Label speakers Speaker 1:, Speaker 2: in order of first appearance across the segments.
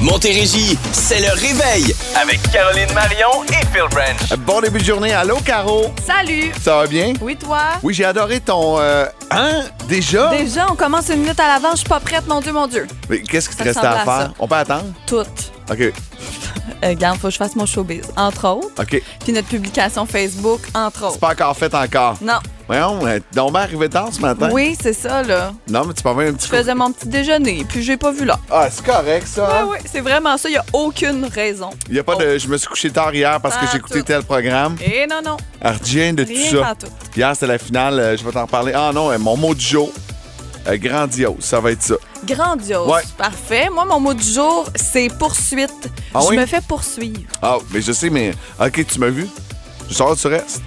Speaker 1: Montérégie, c'est le réveil avec Caroline Marion et Phil Branch.
Speaker 2: Bon début de journée. Allô, Caro?
Speaker 3: Salut!
Speaker 2: Ça va bien?
Speaker 3: Oui, toi?
Speaker 2: Oui, j'ai adoré ton... euh, hein? Déjà?
Speaker 3: Déjà, on commence une minute à l'avance, je suis pas prête, mon Dieu, mon Dieu.
Speaker 2: Mais qu'est-ce qui te
Speaker 3: Ça
Speaker 2: restait à
Speaker 3: ressemble à
Speaker 2: faire?
Speaker 3: ça.
Speaker 2: On peut attendre?
Speaker 3: Toutes.
Speaker 2: OK.
Speaker 3: Euh, regarde, faut que je fasse mon showbiz, entre autres.
Speaker 2: OK.
Speaker 3: Puis notre publication Facebook, entre
Speaker 2: C'est
Speaker 3: autres.
Speaker 2: pas encore fait encore.
Speaker 3: Non.
Speaker 2: Voyons, euh, donc ben arrivé tard ce matin.
Speaker 3: Oui, c'est ça, là.
Speaker 2: Non, mais tu peux envoyer un petit
Speaker 3: Je faisais mon petit déjeuner, puis j'ai pas vu là.
Speaker 2: coup- Ah, c'est correct, ça.
Speaker 3: Ouais, ouais, c'est vraiment ça, y a aucune raison.
Speaker 2: Il y a pas de... Je me suis couché tard hier parce que
Speaker 3: Pas
Speaker 2: j'ai écouté
Speaker 3: tout.
Speaker 2: tel programme.
Speaker 3: Et Eh non, non,
Speaker 2: Ah, Rien de tout
Speaker 3: rien
Speaker 2: ça.
Speaker 3: pas tout.
Speaker 2: Hier, c'était la finale. euh, je vais t'en parler. Ah non, euh, mon mot du jour. Euh, grandiose, ça va être ça.
Speaker 3: Grandiose.
Speaker 2: Ouais.
Speaker 3: Parfait. Moi, mon mot du jour, c'est poursuite.
Speaker 2: Ah
Speaker 3: je
Speaker 2: oui?
Speaker 3: me fais poursuivre.
Speaker 2: Ah, mais je sais, mais... OK, tu m'as vu? Je sors du reste.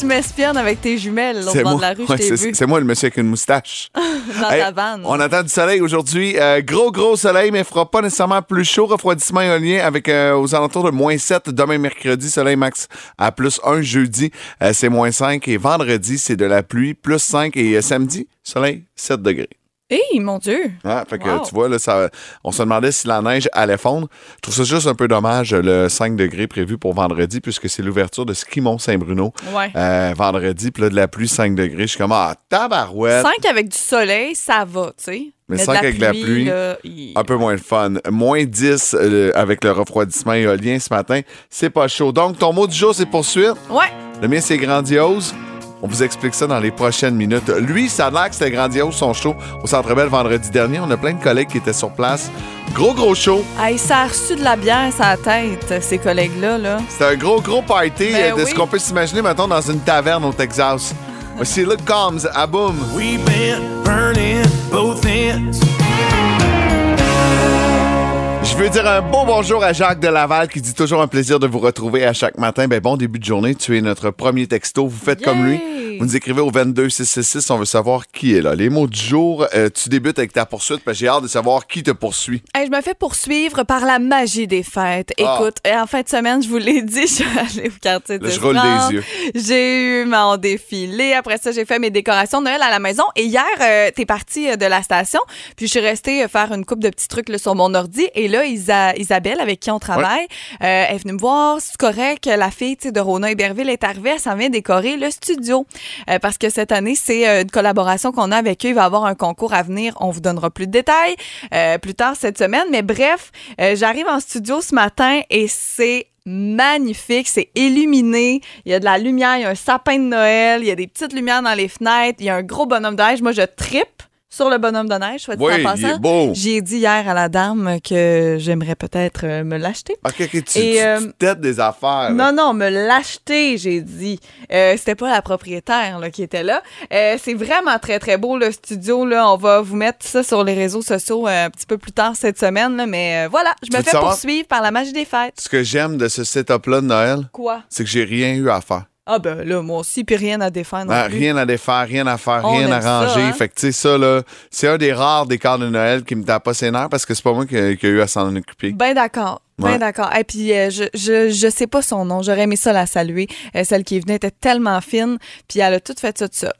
Speaker 3: Tu m'espionnes avec tes jumelles, l'autre bord de la rue,
Speaker 2: Ouais,
Speaker 3: je t'ai
Speaker 2: c'est-
Speaker 3: vu
Speaker 2: c'est moi le monsieur avec une moustache.
Speaker 3: dans
Speaker 2: Hey,
Speaker 3: ta vanne.
Speaker 2: On attend du soleil aujourd'hui. Euh, gros, gros soleil, mais il fera pas nécessairement plus chaud. Refroidissement éolien avec euh, aux alentours de moins 7 demain mercredi. Soleil max à plus 1 jeudi, euh, c'est moins 5. Et vendredi, c'est de la pluie, plus 5. Et euh, samedi, soleil, 7 degrés.
Speaker 3: Hé, mon Dieu!
Speaker 2: Ouais, fait que,
Speaker 3: Wow.
Speaker 2: tu vois, là, ça, on se demandait si la neige allait fondre. Je trouve ça juste un peu dommage, le 5 degrés prévu pour vendredi, puisque c'est l'ouverture de Ski Mont-Saint-Bruno
Speaker 3: Ouais.
Speaker 2: euh, vendredi. Puis là, de la pluie, 5 degrés. Je suis comme, ah, tabarouette!
Speaker 3: 5 avec du soleil, ça va, tu sais.
Speaker 2: Mais
Speaker 3: de
Speaker 2: cinq avec la pluie,
Speaker 3: là, il-
Speaker 2: Un peu moins de fun. Moins 10 euh, avec le refroidissement éolien ce matin. C'est pas chaud. Donc, ton mot du jour, c'est poursuite.
Speaker 3: Ouais,
Speaker 2: Le mien, c'est grandiose. On vous explique ça dans les prochaines minutes. Lui, ça a l'air que c'était grandiose, son show au Centre Bell vendredi dernier. On a plein de collègues qui étaient sur place. Gros, gros show.
Speaker 3: Hey, ça a reçu de la bière sa tête, ces collègues-là. Là.
Speaker 2: C'était un gros, gros party
Speaker 3: Ben
Speaker 2: euh, de
Speaker 3: oui.
Speaker 2: ce qu'on peut s'imaginer, maintenant dans une taverne au Texas. Voici Luke Combs ah, à Boom.
Speaker 4: We've been burning both ends.
Speaker 2: Je veux dire un bon bonjour à Jacques de Laval qui dit toujours un plaisir de vous retrouver à chaque matin. Ben bon début de journée, tu es notre premier texto. Vous faites comme lui.
Speaker 3: Yay!
Speaker 2: Vous nous écrivez au 22666, on veut savoir qui est là. Les mots du jour, euh, tu débutes avec ta poursuite, parce que j'ai hâte de savoir qui te poursuit.
Speaker 3: Hey, je me fais poursuivre par la magie des fêtes.
Speaker 2: Ah.
Speaker 3: Écoute, et en fin de semaine, je vous l'ai dit, je suis allée au quartier de
Speaker 2: Là, je roule
Speaker 3: France.
Speaker 2: des yeux.
Speaker 3: J'ai eu mon défilé. Après ça, j'ai fait mes décorations de Noël à la maison. Et hier, euh, t'es parti euh, de la station. Puis je suis restée euh, faire une coupe de petits trucs là, sur mon ordi. Et là, Isa- Isabelle, avec qui on travaille, euh, elle est venue me voir. C'est correct. La fille tu sais, de Rona Héberville est arrivée. Elle s'en vient décorer le studio. Euh, parce que cette année, c'est euh, une collaboration qu'on a avec eux. Il va y avoir un concours à venir. On vous donnera plus de détails euh, plus tard cette semaine. Mais bref, euh, j'arrive en studio ce matin et c'est magnifique, c'est illuminé, il y a de la lumière, il y a un sapin de Noël, il y a des petites lumières dans les fenêtres, il y a un gros bonhomme de neige. Moi, je trippe sur le bonhomme de neige, soit dit
Speaker 2: Oui,
Speaker 3: en
Speaker 2: il
Speaker 3: passant.
Speaker 2: est beau.
Speaker 3: J'ai dit hier à la dame que j'aimerais peut-être euh, me l'acheter.
Speaker 2: Ok, ok, Ah, tu,
Speaker 3: Et,
Speaker 2: tu-
Speaker 3: euh,
Speaker 2: tu têtes des affaires. là.
Speaker 3: Non, non, me l'acheter, j'ai dit. Euh, C'était pas la propriétaire là, qui était là. Euh, c'est vraiment très, très beau, le studio. Là. On va vous mettre ça sur les réseaux sociaux euh, un petit peu plus tard cette semaine. là. Mais euh, voilà, je
Speaker 2: Tu
Speaker 3: me
Speaker 2: veux
Speaker 3: fais
Speaker 2: savoir?
Speaker 3: poursuivre par la magie des fêtes.
Speaker 2: Ce que j'aime de ce setup-là de Noël,
Speaker 3: Quoi?
Speaker 2: c'est que j'ai rien eu à faire.
Speaker 3: Ah ben là, moi aussi, puis rien à défendre.
Speaker 2: Ah,
Speaker 3: non plus.
Speaker 2: rien à défaire, rien à faire,
Speaker 3: On
Speaker 2: rien à
Speaker 3: aime ça,
Speaker 2: ranger.
Speaker 3: hein?
Speaker 2: Fait que, tu sais, ça, là, c'est un des rares décors de Noël qui me tape pas ses nerfs parce que c'est pas moi qui, qui a eu à s'en occuper.
Speaker 3: Ben d'accord. Ben
Speaker 2: Ouais.
Speaker 3: d'accord. Et puis, euh, je, je, je sais pas son nom. J'aurais aimé ça la saluer. Euh, celle qui est venue était tellement fine. Puis elle a tout fait ça de ça.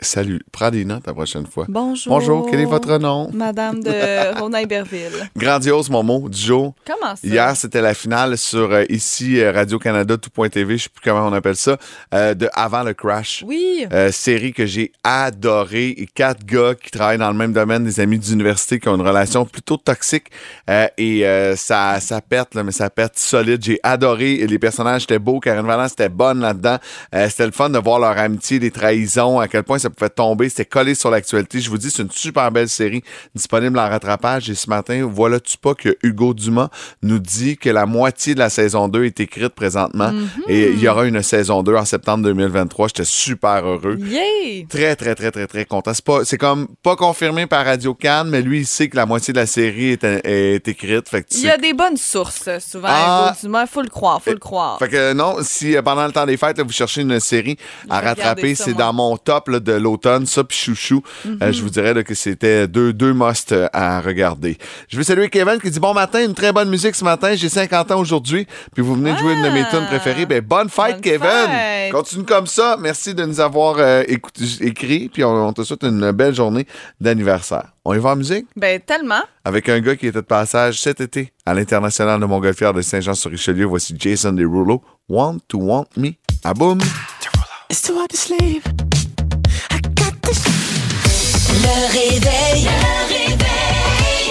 Speaker 2: Salut. Prends des notes la prochaine fois.
Speaker 3: Bonjour.
Speaker 2: Bonjour, quel est votre nom?
Speaker 3: Madame de Rona Iberville.
Speaker 2: Grandiose, mon mot du jour.
Speaker 3: Comment ça?
Speaker 2: Hier, c'était la finale sur euh, ici euh, Radio-Canada, tout.tv, je sais plus comment on appelle ça, euh, de Avant le Crash.
Speaker 3: Oui.
Speaker 2: Euh, série que j'ai adorée. Et Quatre gars qui travaillent dans le même domaine, des amis d'université qui ont une relation plutôt toxique. Euh, et euh, ça, ça pète, là, mais ça pète solide. J'ai adoré. Et Les personnages étaient beaux. Karen Valence était bonne là-dedans. Euh, c'était le fun de voir leur amitié, des trahisons, à quel point ça pouvait tomber. C'était collé sur l'actualité. Je vous dis, c'est une super belle série disponible en rattrapage. Et ce matin, voilà tu pas que Hugo Dumas nous dit que la moitié de la saison 2 est écrite présentement. Et il y aura une saison 2 en septembre 2023. J'étais super heureux.
Speaker 3: Yay!
Speaker 2: Très, très, très, très, très content. C'est, pas, c'est comme pas confirmé par Radio Cannes, mais lui, il sait que la moitié de la série est, est écrite. Fait que tu
Speaker 3: Il
Speaker 2: sais
Speaker 3: y a des bonnes sources, euh, souvent.
Speaker 2: Ah. Eh,
Speaker 3: Hugo Dumas. faut le croire, faut le croire.
Speaker 2: Fait que euh, non, si euh, pendant le temps des fêtes, là, vous cherchez une série à
Speaker 3: Regardez
Speaker 2: rattraper,
Speaker 3: ça,
Speaker 2: c'est
Speaker 3: moi. Mhm.
Speaker 2: dans mon top là, de l'automne, ça puis Chouchou. Euh, je vous dirais là, que c'était deux, deux must euh, à regarder. Je veux saluer Kevin qui dit bon matin, une très bonne musique ce matin, j'ai 50 ans aujourd'hui, puis vous venez de jouer une de mes tunes préférées. Ben, bonne fête,
Speaker 3: Ah! Bonne
Speaker 2: Kevin!
Speaker 3: fête!
Speaker 2: Continue comme ça. Merci de nous avoir euh, écouté- écrit, puis on, on te souhaite une belle journée d'anniversaire. On y va en musique?
Speaker 3: Ben, tellement.
Speaker 2: avec un gars qui était de passage cet été à l'international de Montgolfière de Saint-Jean-sur-Richelieu. Voici Jason Derulo, Want to Want Me. Ah boum!
Speaker 5: It's too hard to sleep. I got this.
Speaker 6: Le réveil. Le réveil.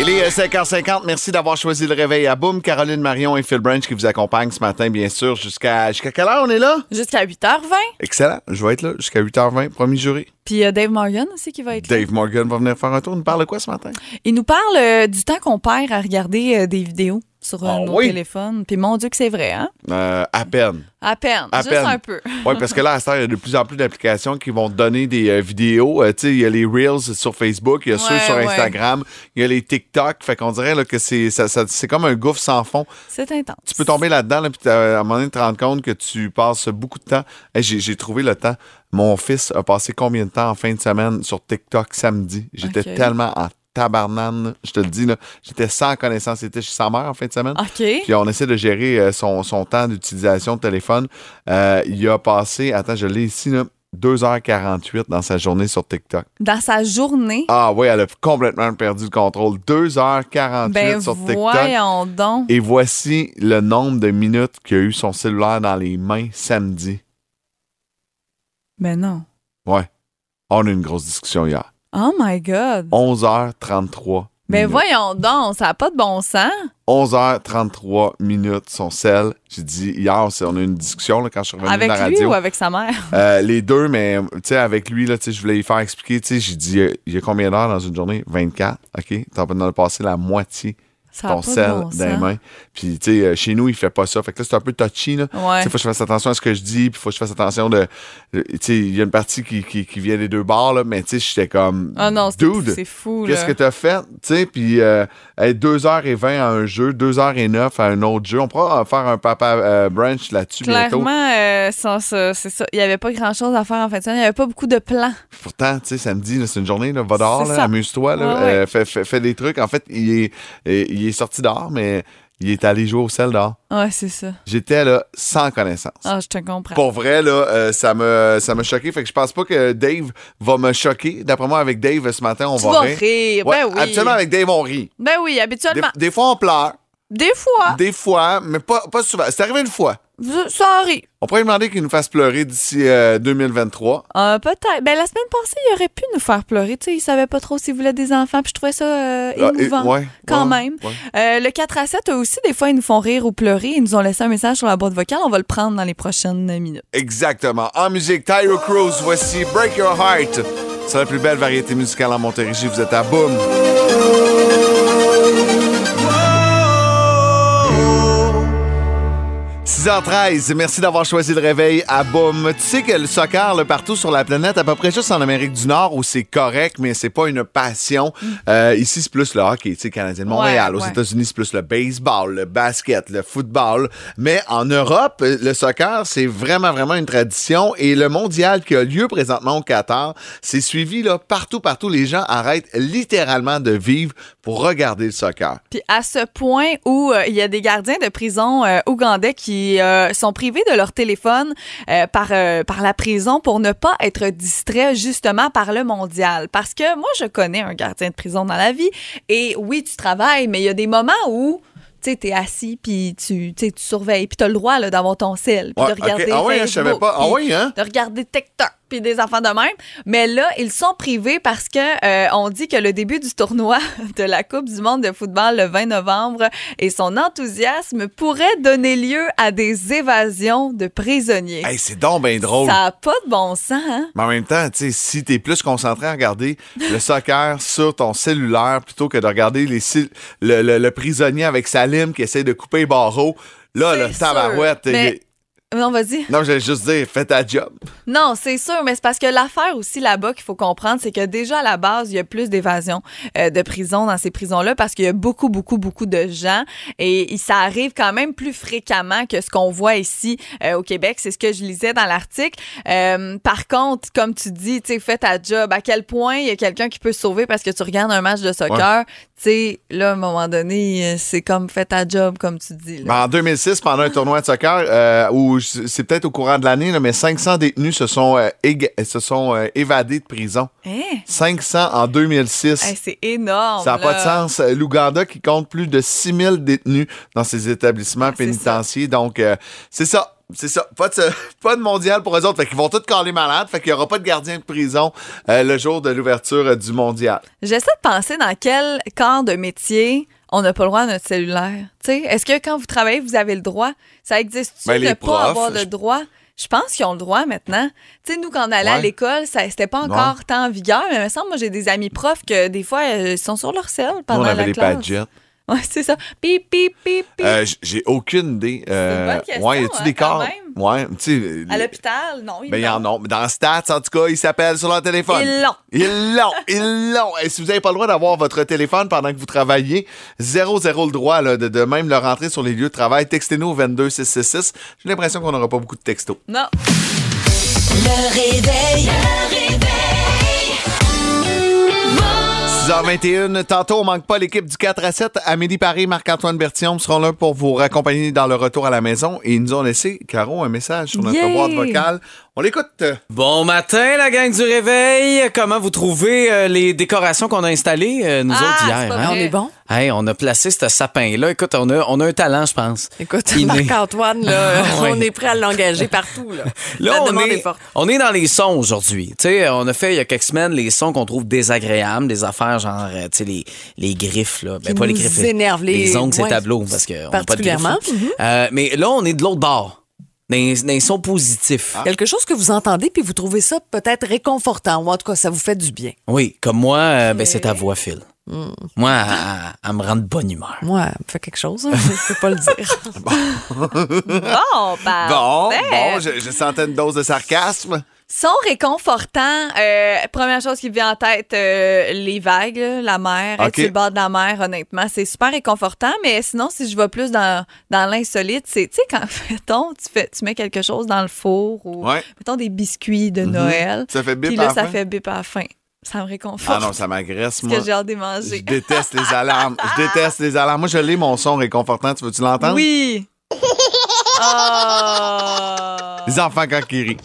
Speaker 2: Il est euh, 5h50. Merci d'avoir choisi le réveil à boum. Caroline Marion et Phil Branch qui vous accompagnent ce matin, bien sûr, jusqu'à jusqu'à quelle heure on est là?
Speaker 3: Jusqu'à 8h20.
Speaker 2: Excellent. Je vais être là jusqu'à 8h20, promis juré.
Speaker 3: Puis euh, Dave Morgan aussi qui va être là.
Speaker 2: Dave Morgan va venir faire un tour. Il nous parle de quoi ce matin?
Speaker 3: Il nous parle euh, du temps qu'on perd à regarder euh, des vidéos sur euh,
Speaker 2: Ah
Speaker 3: nos
Speaker 2: oui?
Speaker 3: téléphones. Puis mon Dieu que c'est vrai, hein?
Speaker 2: Euh, à peine.
Speaker 3: À peine.
Speaker 2: À
Speaker 3: juste
Speaker 2: peine.
Speaker 3: un peu.
Speaker 2: Oui, parce que là, à cette heure, il y a de plus en plus d'applications qui vont te donner des euh, vidéos. Euh, tu sais, il y a les Reels sur Facebook, il y a ceux
Speaker 3: Ouais,
Speaker 2: sur
Speaker 3: ouais.
Speaker 2: Instagram, il y a les TikTok. Fait qu'on dirait là, que c'est ça- ça- c'est comme un gouffre sans fond.
Speaker 3: C'est intense.
Speaker 2: Tu peux tomber là-dedans, là, puis t'as- à un moment donné, te rendre compte que tu passes beaucoup de temps. Hey, J'ai j'ai trouvé le temps. Mon fils a passé combien de temps en fin de semaine sur TikTok samedi? J'étais
Speaker 3: Ok.
Speaker 2: tellement en tabarnane, là. je te le dis. là. J'étais sans connaissance. J'étais chez sa mère en fin de semaine.
Speaker 3: OK.
Speaker 2: Puis on essaie de gérer euh, son, son temps d'utilisation de téléphone. Euh, il a passé, attends, je l'ai ici, là, 2h48 dans sa journée sur TikTok.
Speaker 3: Dans sa journée,
Speaker 2: Ah oui, elle a complètement perdu le contrôle. 2h48
Speaker 3: ben
Speaker 2: sur TikTok.
Speaker 3: voyons donc.
Speaker 2: Et voici le nombre de minutes qu'a eu son cellulaire dans les mains samedi.
Speaker 3: Ben non.
Speaker 2: Ouais. On a eu une grosse discussion hier.
Speaker 3: Oh my God.
Speaker 2: 11h33.
Speaker 3: Ben
Speaker 2: minutes.
Speaker 3: voyons donc, ça n'a pas de bon sens.
Speaker 2: 11h33 minutes, son sel. J'ai dit hier, on s'est- on a eu une discussion là, quand je suis revenu
Speaker 3: Avec
Speaker 2: de la radio.
Speaker 3: lui ou avec sa mère?
Speaker 2: Euh, les deux, mais tu sais, avec lui, là, tu sais, je voulais lui faire expliquer. Tu sais, j'ai dit, euh, il y a combien d'heures dans une journée? 24. OK? T'en peux en passer la moitié
Speaker 3: Ça n'a
Speaker 2: ton
Speaker 3: pas
Speaker 2: sel
Speaker 3: de bon
Speaker 2: dans les
Speaker 3: sens.
Speaker 2: mains. Puis, tu sais, euh, chez nous, il fait pas ça. Fait que là, c'est un peu touchy, là.
Speaker 3: Ouais.
Speaker 2: Tu sais, faut que je fasse attention à ce que je dis, puis faut que je fasse attention de. euh, Tu sais, il y a une partie qui, qui, qui vient des deux bords, là, mais tu sais, j'étais comme.
Speaker 3: Ah non, c'est-
Speaker 2: Dude,
Speaker 3: c'est fou.
Speaker 2: Qu'est-ce
Speaker 3: Là.
Speaker 2: que t'as fait? Tu sais, puis euh, hey, 2h20 à un jeu, 2h09 à un autre jeu. On pourra en faire un papa euh, brunch là-dessus bientôt.
Speaker 3: Clairement, euh, sans ça, c'est ça. Il n'y avait pas grand-chose à faire en fin de semaine. Il n'y avait pas beaucoup de plans.
Speaker 2: Pourtant, tu sais, samedi, là, c'est une journée, là, va dehors,
Speaker 3: C'est
Speaker 2: là,
Speaker 3: ça.
Speaker 2: amuse-toi, là,
Speaker 3: Ouais, ouais.
Speaker 2: euh, fais, fais- fais des trucs. En fait, il est, euh, il est sorti dehors, mais il est allé jouer au sel dehors.
Speaker 3: Ouais, c'est ça.
Speaker 2: J'étais là sans connaissance.
Speaker 3: Ah, je te comprends.
Speaker 2: Pour vrai, là, euh, ça me ça m'a choqué. Fait que je pense pas que Dave va me choquer. D'après moi, avec Dave, ce matin, on
Speaker 3: tu
Speaker 2: va
Speaker 3: vas
Speaker 2: rire.
Speaker 3: rire.
Speaker 2: Ouais,
Speaker 3: Ben oui.
Speaker 2: Absolument, avec Dave, on rit.
Speaker 3: Ben oui,
Speaker 2: Des,
Speaker 3: habituellement.
Speaker 2: des fois, on pleure.
Speaker 3: Des, fois,
Speaker 2: Des fois, mais pas, pas souvent. C'est arrivé une fois.
Speaker 3: je- ça arrive.
Speaker 2: On pourrait lui demander qu'il nous fasse pleurer d'ici euh, 2023.
Speaker 3: Euh, Peut-être. Ben la semaine passée, il aurait pu nous faire pleurer. Tu sais, il savait pas trop s'il voulait des enfants. Puis je trouvais ça euh,
Speaker 2: Ah, et-
Speaker 3: émouvant.
Speaker 2: ouais,
Speaker 3: quand
Speaker 2: ouais,
Speaker 3: même.
Speaker 2: ouais.
Speaker 3: Euh, le 4 à 7 eux aussi, des fois, ils nous font rire ou pleurer. Ils nous ont laissé un message sur la boîte vocale. On va le prendre dans les prochaines euh, minutes.
Speaker 2: Exactement. En musique, Tyro Cruz, voici Break Your Heart. C'est la plus belle variété musicale en Montérégie. Vous êtes à Boom.
Speaker 4: Whoa.
Speaker 2: 6h13, merci d'avoir choisi le réveil à Boom. Tu sais que le soccer, là, partout sur la planète, à peu près juste en Amérique du Nord où c'est correct, mais c'est pas une passion. Euh, ici, c'est plus le hockey, tu sais, Canadien de Montréal.
Speaker 3: Mm. Ouais,
Speaker 2: Aux
Speaker 3: ouais.
Speaker 2: États-Unis, c'est plus le baseball, le basket, le football. Mais en Europe, euh, le soccer, c'est vraiment, vraiment une tradition. Et le mondial qui a lieu présentement au Qatar, c'est suivi là, partout, partout. Les gens arrêtent littéralement de vivre pour regarder le soccer.
Speaker 3: Puis à ce point où euh, il y a des gardiens de prison euh, ougandais qui euh, sont privés de leur téléphone euh, par, euh, par la prison pour ne pas être distraits justement par le mondial. Parce que moi, je connais un gardien de prison dans la vie et oui, tu travailles, mais il y a des moments où... Tu sais, t'es assis, puis tu, tu sais, tu surveilles, puis t'as le droit là, d'avoir ton cell, puis
Speaker 2: Ouais,
Speaker 3: de regarder
Speaker 2: ok. Ah oui, hein, je
Speaker 3: Facebook,
Speaker 2: savais pas. Ah
Speaker 3: puis-
Speaker 2: oui, hein?
Speaker 3: de regarder TikTok puis des enfants de même. Mais là, ils sont privés parce que euh, on dit que le début du tournoi de la Coupe du monde de football le 20 novembre et son enthousiasme pourrait donner lieu à des évasions de prisonniers.
Speaker 2: Hey, c'est donc bien drôle.
Speaker 3: Ça n'a pas de bon sens, hein?
Speaker 2: Mais en même temps, tu sais, si t'es plus concentré à regarder le soccer sur ton cellulaire plutôt que de regarder les sil- le, le- le prisonnier avec sa lime qui essaie de couper les barreaux, là,
Speaker 3: C'est
Speaker 2: le tabarouette,
Speaker 3: sûr. Mais-
Speaker 2: il-
Speaker 3: Non, vas-y.
Speaker 2: Non, j'allais juste dire, fais ta job.
Speaker 3: Non, c'est sûr, mais c'est parce que l'affaire aussi là-bas qu'il faut comprendre, c'est que déjà à la base, il y a plus d'évasion euh, de prison dans ces prisons-là parce qu'il y a beaucoup, beaucoup, beaucoup de gens et il- ça arrive quand même plus fréquemment que ce qu'on voit ici euh, au Québec. C'est ce que je lisais dans l'article. Euh, par contre, comme tu dis, tu sais, fais ta job. À quel point il y a quelqu'un qui peut se sauver parce que tu regardes un match de soccer? Tu sais, là, à un moment donné, euh, c'est comme fais ta job, comme tu dis. là.
Speaker 2: Ben, en 2006, pendant un tournoi de soccer, euh, où c- c'est peut-être au courant de l'année, là, mais 500 détenus se sont, euh, ég- se sont euh, évadés de prison.
Speaker 3: Hein?
Speaker 2: 500 en 2006.
Speaker 3: Hey, c'est énorme.
Speaker 2: ça n'a pas
Speaker 3: Oh là.
Speaker 2: de sens. Euh, L'Ouganda qui compte plus de 6000 détenus dans ses établissements
Speaker 3: Ah, c'est
Speaker 2: pénitentiaires. Donc, euh, c'est ça. C'est ça. Pas de, pas de mondial pour eux autres. Fait qu'ils vont tous caler malades. Fait qu'il n'y aura pas de gardien de prison euh, le jour de l'ouverture euh, du mondial.
Speaker 3: J'essaie de penser dans quel corps de métier on n'a pas le droit à notre cellulaire. Tu sais, Est-ce que quand vous travaillez, vous avez le droit? Ça existe-tu
Speaker 2: Ben,
Speaker 3: de
Speaker 2: les
Speaker 3: ne
Speaker 2: profs,
Speaker 3: pas avoir
Speaker 2: je-
Speaker 3: le droit? Je pense qu'ils ont le droit maintenant. Tu sais, nous, quand on allait à
Speaker 2: Ouais.
Speaker 3: l'école, ça c'était pas encore tant en vigueur, mais il me semble, moi, j'ai des amis profs que des fois, euh, ils sont sur leur cell pendant
Speaker 2: Nous, on
Speaker 3: la
Speaker 2: avait les
Speaker 3: classe.
Speaker 2: Padgett.
Speaker 3: Ouais, c'est ça. Pip, pip, pip, pip.
Speaker 2: Euh, j- J'ai aucune idée. Euh,
Speaker 3: bonne question,
Speaker 2: ouais, y a-tu
Speaker 3: hein,
Speaker 2: des
Speaker 3: quand
Speaker 2: corps?
Speaker 3: même.
Speaker 2: Ouais, tu sais.
Speaker 3: à
Speaker 2: les-
Speaker 3: l'hôpital, non. ils
Speaker 2: Ben, il y
Speaker 3: l'ont.
Speaker 2: en a. Mais Dans le Stats, en tout cas, ils s'appellent sur leur téléphone.
Speaker 3: Ils l'ont.
Speaker 2: Ils l'ont. Ils l'ont. Et si vous n'avez pas le droit d'avoir votre téléphone pendant que vous travaillez, zéro, zéro le droit là, de, de même le rentrer sur les lieux de travail. Textez-nous au 22666. J'ai l'impression qu'on n'aura pas beaucoup de textos.
Speaker 3: Non.
Speaker 6: Le réveil. Le réveil.
Speaker 2: 6h21, tantôt, on manque pas l'équipe du 4 à 7. Amélie Paris, Marc-Antoine Bertillon seront là pour vous accompagner dans le retour à la maison. Et ils nous ont laissé, Caro, un message sur notre
Speaker 3: Yay!
Speaker 2: boîte vocale. On l'écoute. euh,
Speaker 7: Bon matin, la gang du réveil. Comment vous trouvez euh, les décorations qu'on a installées, euh, nous
Speaker 3: Ah,
Speaker 7: autres,
Speaker 3: c'est
Speaker 7: hier?
Speaker 3: pas vrai.
Speaker 7: hein? On est-
Speaker 8: bon?
Speaker 7: Hey, on a placé ce sapin-là. Écoute, on a, on a un talent, je pense.
Speaker 8: Écoute,
Speaker 7: Inné.
Speaker 8: Marc-Antoine, là,
Speaker 7: Ah, ouais.
Speaker 8: on est prêt à l'engager partout. Là,
Speaker 7: Là,
Speaker 8: La
Speaker 7: on
Speaker 8: demande
Speaker 7: est,
Speaker 8: est forte.
Speaker 7: on est dans les sons aujourd'hui. Tu sais, on a fait il y a quelques semaines les sons qu'on trouve désagréables, des affaires genre, euh, tu sais, les, les griffes, là. Ben,
Speaker 8: Qui
Speaker 7: pas les
Speaker 8: nous
Speaker 7: griffes.
Speaker 8: énervent, les-
Speaker 7: ongles,
Speaker 8: ouais,
Speaker 7: c'est tableau, parce que. on a pas de griffes,
Speaker 8: particulièrement. Mhm.
Speaker 7: là. Euh, mais là, on est de l'autre bord. Dans les, dans les sons positifs.
Speaker 8: Quelque chose que vous entendez puis vous trouvez ça peut-être réconfortant ou en tout cas ça vous fait du bien.
Speaker 7: Oui, comme moi, euh, ben, c'est ta voix, Phil.
Speaker 8: Hmm.
Speaker 7: Moi, elle, elle me rend de bonne humeur.
Speaker 8: Moi, elle me fait quelque chose, hein, je peux pas le dire.
Speaker 3: Bon, ben.
Speaker 2: Bon,
Speaker 3: ben,
Speaker 2: bon, je, je sentais une dose de sarcasme.
Speaker 3: sont réconfortants. Euh, première chose qui me vient en tête, euh, les vagues, là, la mer,
Speaker 2: Ok.
Speaker 3: être sur le bord de la mer, honnêtement, c'est super réconfortant. Mais sinon, si je vais plus dans, dans l'insolite, c'est, tu sais, quand, mettons, tu, fais, tu mets quelque chose dans le four ou,
Speaker 2: Ouais. Mhm.
Speaker 3: mettons, des biscuits de Noël,
Speaker 2: Ça fait bip
Speaker 3: puis
Speaker 2: à
Speaker 3: là,
Speaker 2: la
Speaker 3: ça
Speaker 2: fin.
Speaker 3: fait bip à la fin. Ça me réconforte
Speaker 2: Ah non, ça m'agresse,
Speaker 3: parce
Speaker 2: moi.
Speaker 3: que j'ai hâte de
Speaker 2: Je
Speaker 3: manger.
Speaker 2: déteste les alarmes. Je déteste les alarmes. Moi, je l'ai, mon son réconfortant. Tu veux-tu l'entendre?
Speaker 3: Oui! Ah!
Speaker 2: Les enfants quand ils rient.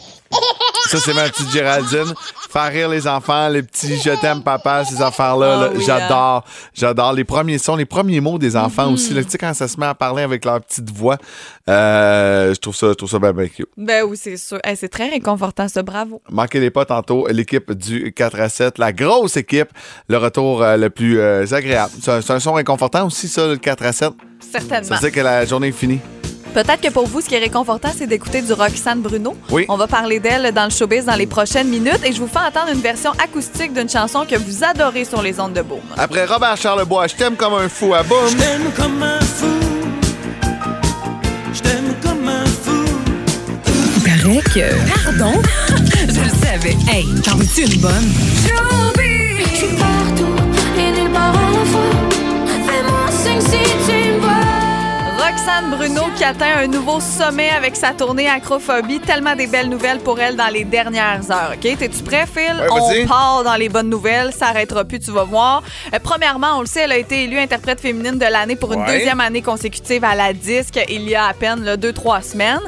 Speaker 2: Ça, c'est ma petite Géraldine. Faire rire les enfants, les petits je t'aime, papa, ces affaires-là.
Speaker 3: Ah
Speaker 2: là,
Speaker 3: oui,
Speaker 2: j'adore. J'adore. Les premiers sons, les premiers mots des enfants
Speaker 3: Mm-hmm.
Speaker 2: aussi. là. tu sais, quand ça se met à parler avec leur petite voix, euh, je trouve ça, je trouve ça bien, bien cute.
Speaker 3: Ben oui, c'est sûr. Hey, c'est très réconfortant, ça. Bravo.
Speaker 2: Manquez les pas tantôt. L'équipe du 4 à 7, la grosse équipe, le retour euh, le plus euh, agréable. C'est un, c'est un son réconfortant aussi, ça, le 4 à 7. Ça
Speaker 3: Certainement.
Speaker 2: veut dire que la journée est finie.
Speaker 3: Peut-être que pour vous, ce qui est réconfortant, c'est d'écouter du Roxane Bruno.
Speaker 2: Oui.
Speaker 3: On va parler d'elle dans le showbiz dans les prochaines minutes et je vous fais entendre une version acoustique d'une chanson que vous adorez sur les ondes de Boom.
Speaker 2: Après Robert Charlebois, je t'aime comme un fou à boum.
Speaker 4: t'aime comme un fou. Je t'aime comme un fou.
Speaker 9: paraît que. Pardon? Je le savais. Hey, t'en veux-tu une bonne?
Speaker 6: Je suis partout et nulle part à la fois. Fais-moi signe si tu me vois.
Speaker 3: Roxane Bruno qui atteint un nouveau sommet avec sa tournée Acrophobie. Tellement des belles nouvelles pour elle dans les dernières heures. OK? T'es-tu prêt, Phil?
Speaker 2: Ouais, vas-y.
Speaker 3: on part dans les bonnes nouvelles. Ça arrêtera plus, tu vas voir. Euh, premièrement, on le sait, elle a été élue interprète féminine de l'année pour une
Speaker 2: Ouais.
Speaker 3: deuxième année consécutive à la disque il y a à peine là, deux, trois semaines.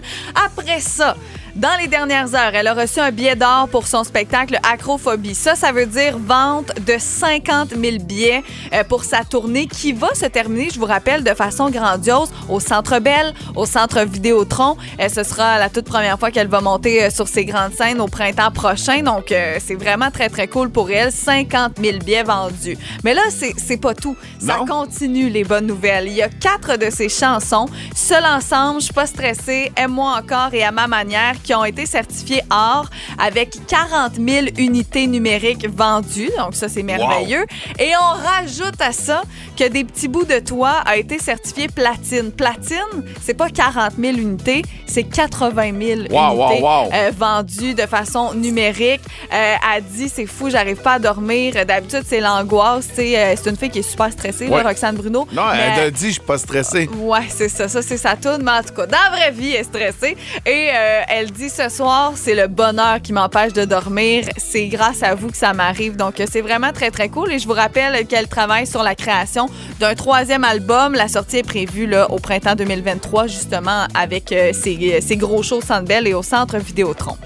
Speaker 3: Après ça, dans les dernières heures, elle a reçu un billet d'or pour son spectacle Acrophobie. Ça, ça veut dire vente de 50 000 billets euh, pour sa tournée qui va se terminer, je vous rappelle, de façon grandiose au Centre Bell, au Centre Vidéotron. Euh, ce sera la toute première fois qu'elle va monter euh, sur ces grandes scènes au printemps prochain. Donc, euh, c'est vraiment très, très cool pour elle. 50 000 billets vendus. Mais là, c'est c'est pas tout. Ça
Speaker 2: Non.
Speaker 3: continue, les bonnes nouvelles. Il y a quatre de ses chansons, Seul ensemble, Je suis pas stressée, Aime-moi encore et à ma manière, qui ont été certifiés or avec 40 000 unités numériques vendues. Donc, ça, c'est merveilleux. Et on rajoute à ça que des petits bouts de toit a été certifié platine. Platine, c'est pas 40 000 unités, c'est 80 000
Speaker 2: Wow, wow,
Speaker 3: unités
Speaker 2: wow.
Speaker 3: euh, vendues de façon numérique. Euh, elle dit c'est fou, j'arrive pas à dormir. D'habitude, c'est l'angoisse. tu sais, euh, c'est une fille qui est super stressée, là,
Speaker 2: Ouais.
Speaker 3: Roxane Bruno.
Speaker 2: Non,
Speaker 3: Mais- Ah,
Speaker 2: elle t'a dit, je suis pas stressé.
Speaker 3: Ouais, c'est ça. Ça, c'est sa toune. Mais en tout cas, dans la vraie vie, elle est stressée. Et euh, elle dit ce soir, c'est le bonheur qui m'empêche de dormir. C'est grâce à vous que ça m'arrive. Donc, euh, c'est vraiment très, très cool. Et je vous rappelle qu'elle travaille sur la création d'un troisième album. La sortie est prévue là, au printemps 2023, justement, avec euh, ses, ses gros shows Sandbell et au centre Vidéotron.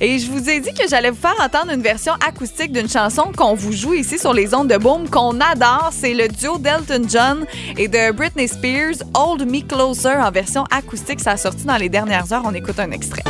Speaker 3: Et je vous ai dit que j'allais vous faire entendre une version acoustique d'une chanson qu'on vous joue ici sur les ondes de Boom, qu'on adore. C'est le duo d'Elton John et de Britney Spears, Hold Me Closer, en version acoustique. Ça a sorti dans les dernières heures. On écoute un extrait.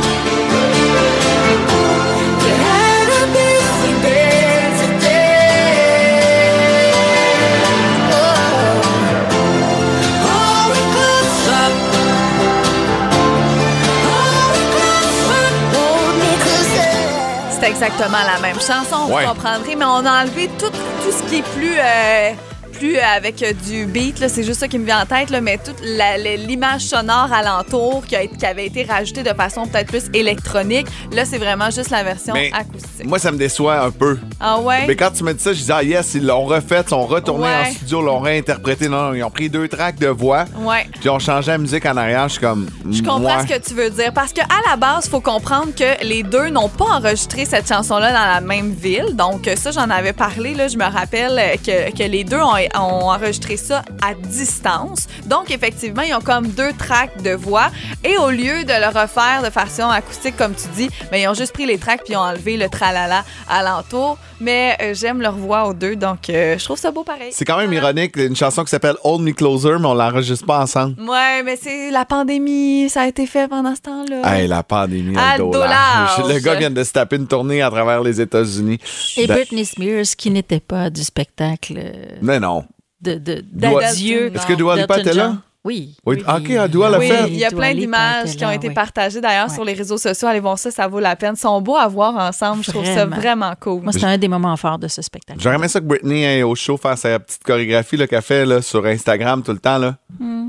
Speaker 3: C'est exactement la même chanson,
Speaker 2: Ouais.
Speaker 3: vous comprendrez, mais on a enlevé tout, tout ce qui est plus. euh, plus avec euh, du beat, là, c'est juste ça qui me vient en tête, là, mais toute la- la- l'image sonore alentour qui, a été- qui avait été rajoutée de façon peut-être plus électronique, là, c'est vraiment juste la version
Speaker 2: Mais
Speaker 3: acoustique.
Speaker 2: Moi, ça me déçoit un peu.
Speaker 3: Ah ouais?
Speaker 2: Mais quand tu me dis ça, je dis, ah yes, ils l'ont refait, ils sont retournés
Speaker 3: Ouais.
Speaker 2: en studio, l'ont réinterprété. Non, non, ils ont pris deux tracks de voix,
Speaker 3: Ouais.
Speaker 2: puis ils ont changé la musique en arrière. Je suis comme.
Speaker 3: Je comprends
Speaker 2: ouais.
Speaker 3: ce que tu veux dire. Parce qu'à la base, il faut comprendre que les deux n'ont pas enregistré cette chanson-là dans la même ville. Donc, euh, ça, j'en avais parlé. Là, je me rappelle euh, que, que les deux ont, ont enregistré ça à distance. Donc, effectivement, ils ont comme deux tracks de voix. Et au lieu de le refaire de façon acoustique, comme tu dis, ben, ils ont juste pris les tracks puis ils ont enlevé le tralala alentour. Mais euh, j'aime leur voix aux deux. Donc, euh, je trouve ça beau pareil.
Speaker 2: C'est quand même ironique, une chanson qui s'appelle Hold Me Closer, mais on l'enregistre pas ensemble.
Speaker 3: Ouais, mais c'est la pandémie. Ça a été fait pendant ce temps-là.
Speaker 2: Hey, la pandémie,
Speaker 3: À
Speaker 2: le dollar.
Speaker 3: dollar.
Speaker 2: Le gars vient de se taper une tournée à travers les États-Unis.
Speaker 10: Et
Speaker 2: Ben,
Speaker 10: Britney Spears, qui n'était pas du spectacle euh,
Speaker 2: Mais non.
Speaker 10: de, de,
Speaker 2: Dua-
Speaker 10: d'adieu
Speaker 2: Est-ce que Dua
Speaker 10: doit
Speaker 2: Lipa était là?
Speaker 10: Oui.
Speaker 2: Oui, ah, ok, ah, Dua l'a
Speaker 3: Oui,
Speaker 2: fait.
Speaker 3: il y a plein d'images qui ont été partagées d'ailleurs
Speaker 10: Ouais.
Speaker 3: sur les réseaux sociaux. Allez voir ça, ça vaut la peine. Ils sont beaux à voir ensemble. Je trouve ça
Speaker 10: Vraiment.
Speaker 3: vraiment cool.
Speaker 10: Moi, c'est un des moments forts de ce spectacle.
Speaker 2: J'aurais aimé ça que Britney aille au show faire sa petite chorégraphie là, qu'elle fait là, sur Instagram tout le temps. Là.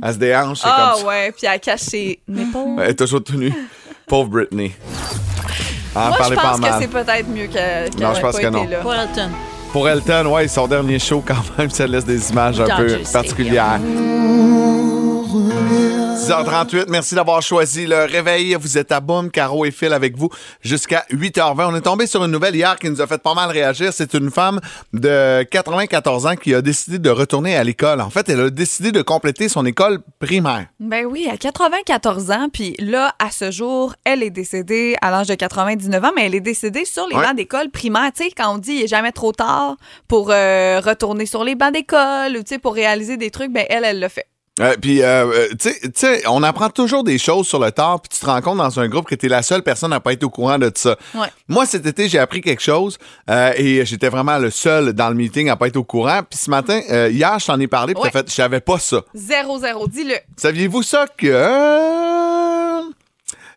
Speaker 2: Elle se déhanche, c'est
Speaker 3: Ah
Speaker 2: comme ça.
Speaker 3: ouais, puis elle cache ses
Speaker 10: Mm-hmm.
Speaker 3: nipples.
Speaker 2: Elle est toujours tout nue. Pauvre Britney. Ah,
Speaker 3: Moi, je
Speaker 2: parlez
Speaker 3: pense
Speaker 2: pas
Speaker 3: que
Speaker 2: mal.
Speaker 3: c'est peut-être mieux que- qu'elle
Speaker 2: Non, je pense
Speaker 3: n'ait pas
Speaker 2: que
Speaker 3: été
Speaker 2: non.
Speaker 3: là.
Speaker 10: Pour Elton.
Speaker 2: Pour Elton, ouais, son dernier show, quand même, ça laisse des images un
Speaker 10: Non,
Speaker 2: peu
Speaker 10: je sais
Speaker 2: particulières. 10h38, merci d'avoir choisi le réveil. Vous êtes à Boom, Caro et Phil avec vous jusqu'à 8h20. On est tombé sur une nouvelle hier qui nous a fait pas mal réagir. C'est une femme de 94 ans qui a décidé de retourner à l'école. En fait, elle a décidé de compléter son école primaire.
Speaker 3: Ben oui, à 94 ans, puis là, à ce jour, elle est décédée à l'âge de 99 ans, mais elle est décédée sur les
Speaker 2: Ouais.
Speaker 3: bancs d'école primaire. Tu sais, quand on dit il n'est jamais trop tard pour euh, retourner sur les bancs d'école ou tu sais, pour réaliser des trucs, ben elle, elle l'a fait.
Speaker 2: Euh, puis, euh, euh, tu sais- tu sais, on apprend toujours des choses sur le tard, puis tu te rends compte dans un groupe que tu es la seule personne à pas être au courant de ça.
Speaker 3: Ouais.
Speaker 2: Moi, cet été, j'ai appris quelque chose euh, et j'étais vraiment le seul dans le meeting à pas être au courant. Puis ce matin, euh, hier, je t'en ai parlé, puis
Speaker 3: Ouais.
Speaker 2: t'as fait, je savais pas ça.
Speaker 3: Zéro, zéro, dis-le.
Speaker 2: Saviez-vous ça que. euh,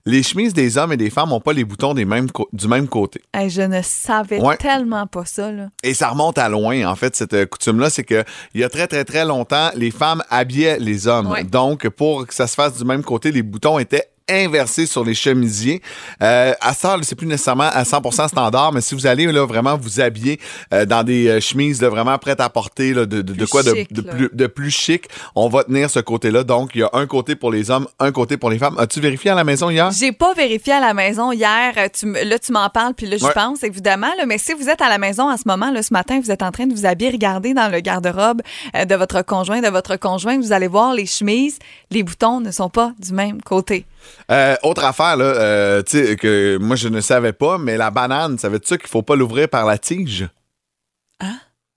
Speaker 2: Les chemises des hommes et des femmes n'ont pas les boutons des mêmes co- du même côté.
Speaker 3: Hey, je ne savais
Speaker 2: Ouais.
Speaker 3: tellement pas ça, là.
Speaker 2: Et ça remonte à loin, en fait, cette euh, coutume-là, c'est que il y a très, très, très longtemps, les femmes habillaient les hommes.
Speaker 3: Ouais.
Speaker 2: Donc, pour que ça se fasse du même côté, les boutons étaient inversés sur les chemisiers. Euh, à ça, là, c'est plus nécessairement à 100% standard, mais si vous allez là vraiment vous habiller euh, dans des euh, chemises là, vraiment prêtes à porter, là, de, de- de
Speaker 3: Plus
Speaker 2: quoi de,
Speaker 3: chic,
Speaker 2: de
Speaker 3: là.
Speaker 2: plus, de plus chic, on va tenir ce côté-là. Donc, il y a un côté pour les hommes, un côté pour les femmes. As-tu vérifié à la maison hier?
Speaker 3: J'ai pas vérifié à la maison hier. Euh, Tu, m- là, tu m'en parles, puis là, je
Speaker 2: Ouais.
Speaker 3: pense, évidemment. là. mais si vous êtes à la maison en ce moment, là, ce matin, vous êtes en train de vous habiller, regardez dans le garde-robe euh, de votre conjoint, de votre conjointe, vous allez voir les chemises, les boutons ne sont pas du même côté.
Speaker 2: Euh, autre affaire, là, euh, tu sais, que moi je ne savais pas, mais la banane, savais-tu qu'il faut pas l'ouvrir par la tige? Hein?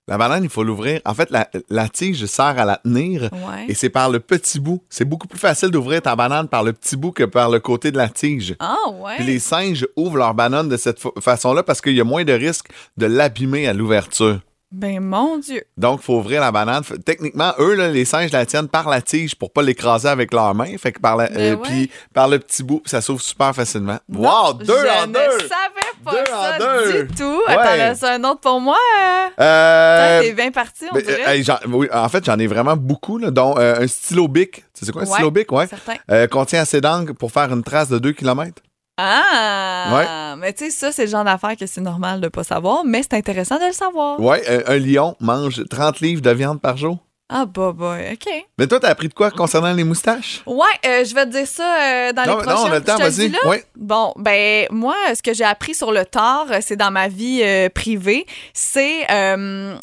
Speaker 2: La banane, il faut l'ouvrir. En fait, la, la tige sert à la tenir
Speaker 3: Ouais.
Speaker 2: et c'est par le petit bout. C'est beaucoup plus facile d'ouvrir ta banane par le petit bout que par le côté de la tige.
Speaker 3: Ah, ouais.
Speaker 2: Puis les singes ouvrent leur banane de cette fa- façon-là parce qu'il y a moins de risque de l'abîmer à l'ouverture.
Speaker 3: Ben, mon Dieu.
Speaker 2: Donc, faut ouvrir la banane. F- Techniquement, eux, là, les singes la tiennent par la tige pour pas l'écraser avec leurs mains. Fait que par la-
Speaker 3: Mais
Speaker 2: euh,
Speaker 3: Ben ouais.
Speaker 2: puis par le petit bout, ça s'ouvre super facilement. wow, deux
Speaker 3: je
Speaker 2: en
Speaker 3: ne
Speaker 2: deux!
Speaker 3: savais pas
Speaker 2: Deux en
Speaker 3: ça
Speaker 2: deux.
Speaker 3: du tout.
Speaker 2: Ouais.
Speaker 3: Attends, c'est un autre pour moi. Euh,
Speaker 2: Euh,
Speaker 3: T'es bien parti, on
Speaker 2: ben,
Speaker 3: dirait.
Speaker 2: euh, hey, j'en- oui, en fait, j'en ai vraiment beaucoup, là, dont euh, un stylo bic. Tu sais quoi, un
Speaker 3: Ouais,
Speaker 2: stylo bic, ouais?
Speaker 3: certain.
Speaker 2: Euh, contient assez d'encre pour faire une trace de 2 km.
Speaker 3: Ah! Mais tu sais, ça, c'est le genre d'affaires que c'est normal de pas savoir, mais c'est intéressant de le savoir.
Speaker 2: Ouais, euh, un lion mange 30 livres de viande par jour.
Speaker 3: Ah, bah, bah, OK.
Speaker 2: Mais toi, t'as appris de quoi concernant les moustaches?
Speaker 3: Ouais, euh, je vais te dire ça euh, dans
Speaker 2: Non,
Speaker 3: les
Speaker 2: non,
Speaker 3: prochains.
Speaker 2: on a le temps,
Speaker 3: Je te
Speaker 2: vas-y.
Speaker 3: dis là?
Speaker 2: Ouais.
Speaker 3: Bon, ben moi, ce que j'ai appris sur le tard, euh, c'est dans ma vie euh, privée, c'est euh,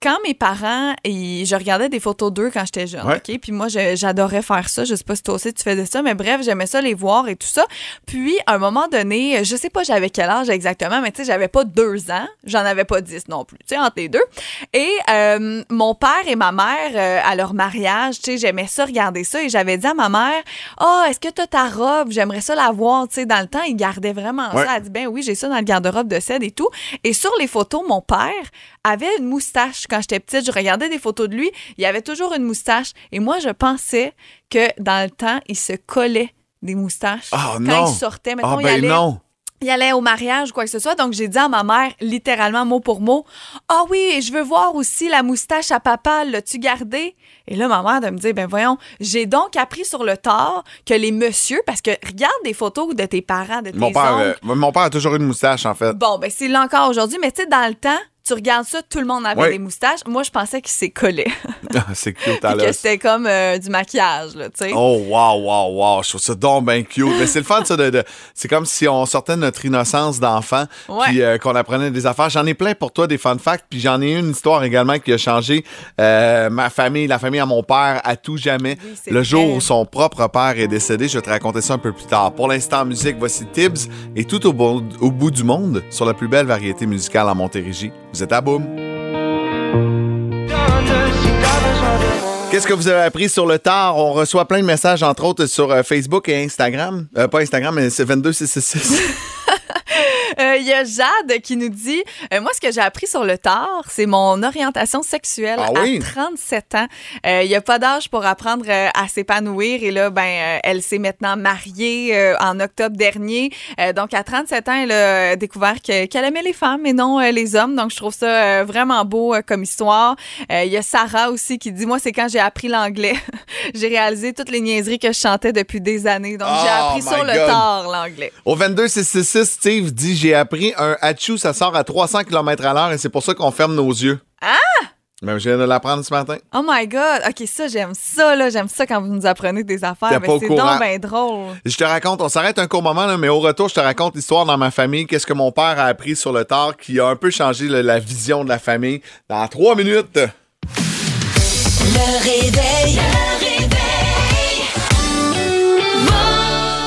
Speaker 3: quand mes parents, ils- je regardais des photos d'eux quand j'étais jeune,
Speaker 2: Ouais.
Speaker 3: OK? Puis moi, je- j'adorais faire ça. Je sais pas si toi aussi tu faisais ça, mais bref, j'aimais ça les voir et tout ça. Puis, à un moment donné, je sais pas j'avais quel âge exactement, mais tu sais, j'avais pas deux ans. J'en avais pas dix non plus, tu sais, entre les deux. Et euh, mon père et ma mère, euh, à leur mariage, tu sais, j'aimais ça, regarder ça. Et j'avais dit à ma mère, « Ah, est-ce que t'as ta robe? J'aimerais ça la voir. » Tu sais, dans le temps, ils gardaient vraiment
Speaker 2: Ouais.
Speaker 3: ça. Elle dit, « Ben oui, j'ai ça dans le garde-robe de Ced et tout. » Et sur les photos, mon père avait une moustache. Quand j'étais petite, je regardais des photos de lui. Il avait toujours une moustache. Et moi, je pensais que dans le temps, il se collait des moustaches.
Speaker 2: Ah,
Speaker 3: quand
Speaker 2: non.
Speaker 3: il sortait,
Speaker 2: Ah,
Speaker 3: maintenant, il
Speaker 2: ben
Speaker 3: allait
Speaker 2: non!
Speaker 3: il allait au mariage ou quoi que ce soit. Donc, j'ai dit à ma mère, littéralement, mot pour mot, « Ah oui, et je veux voir aussi la moustache à papa, l'as-tu gardée? » Et là, ma mère, de me dire, « Ben voyons, j'ai donc appris sur le tard que les messieurs, parce que regarde des photos de tes parents, de tes
Speaker 2: Mon père,
Speaker 3: oncles.
Speaker 2: euh, mon père a toujours eu une moustache, en fait.
Speaker 3: Bon, ben c'est là encore aujourd'hui, mais tu sais, dans le temps, tu regardes ça, tout le monde avait
Speaker 2: Ouais.
Speaker 3: des moustaches. Moi, je pensais qu'ils s'est collé,
Speaker 2: Ah, c'est cute à
Speaker 3: que
Speaker 2: l'os.
Speaker 3: c'était comme euh, du maquillage, là, tu sais.
Speaker 2: Oh, wow, wow, wow. Je trouve ça donc bien cute. Mais c'est le fun, ça. De, de- c'est comme si on sortait de notre innocence d'enfant,
Speaker 3: Ouais.
Speaker 2: puis euh, qu'on apprenait des affaires. J'en ai plein pour toi, des fun facts. Puis j'en ai une histoire également qui a changé euh, ma famille, la famille à mon père, à tout jamais.
Speaker 3: Oui, c'est
Speaker 2: le jour
Speaker 3: vrai.
Speaker 2: où son propre père est décédé, je vais te raconter ça un peu plus tard. Pour l'instant, en musique, voici Tibbs et tout au, bo- au bout du monde sur la plus belle variété musicale en Montérégie. Vous êtes à boum. Qu'est-ce que vous avez appris sur le tard? On reçoit plein de messages, entre autres, sur euh, Facebook et Instagram. Euh, pas Instagram, mais c'est 22666.
Speaker 3: Euh, Il y a Jade qui nous dit euh, Moi, ce que j'ai appris sur le tard, c'est mon orientation sexuelle
Speaker 2: Ah oui?
Speaker 3: à 37 ans. Euh, Il n'y a pas d'âge pour apprendre euh, à s'épanouir. Et là, ben, euh, elle s'est maintenant mariée euh, en octobre dernier. Euh, donc, à 37 ans, elle a découvert que- qu'elle aimait les femmes et non euh, les hommes. Donc, je trouve ça euh, vraiment beau euh, comme histoire. Euh, Il y a Sarah aussi qui dit Moi, c'est quand j'ai appris l'anglais. j'ai réalisé toutes les niaiseries que je chantais depuis des années. Donc, j'ai
Speaker 2: Oh
Speaker 3: appris sur
Speaker 2: my
Speaker 3: le
Speaker 2: God.
Speaker 3: tard l'anglais.
Speaker 2: Au 22666, Steve dit J'ai appris un hachou, ça sort à 300 km à l'heure et c'est pour ça qu'on ferme nos yeux.
Speaker 3: Ah!
Speaker 2: Mais je viens de l'apprendre ce matin.
Speaker 3: Oh my God! OK, ça, j'aime ça, là. J'aime ça quand vous nous apprenez des
Speaker 2: T'es
Speaker 3: affaires.
Speaker 2: pas
Speaker 3: Ben,
Speaker 2: au
Speaker 3: c'est
Speaker 2: courant.
Speaker 3: donc bien drôle.
Speaker 2: Je te raconte, on s'arrête un court moment, là, mais au retour, je te raconte l'histoire dans ma famille, qu'est-ce que mon père a appris sur le tard qui a un peu changé le- la vision de la famille. Dans trois minutes.
Speaker 5: Le réveil.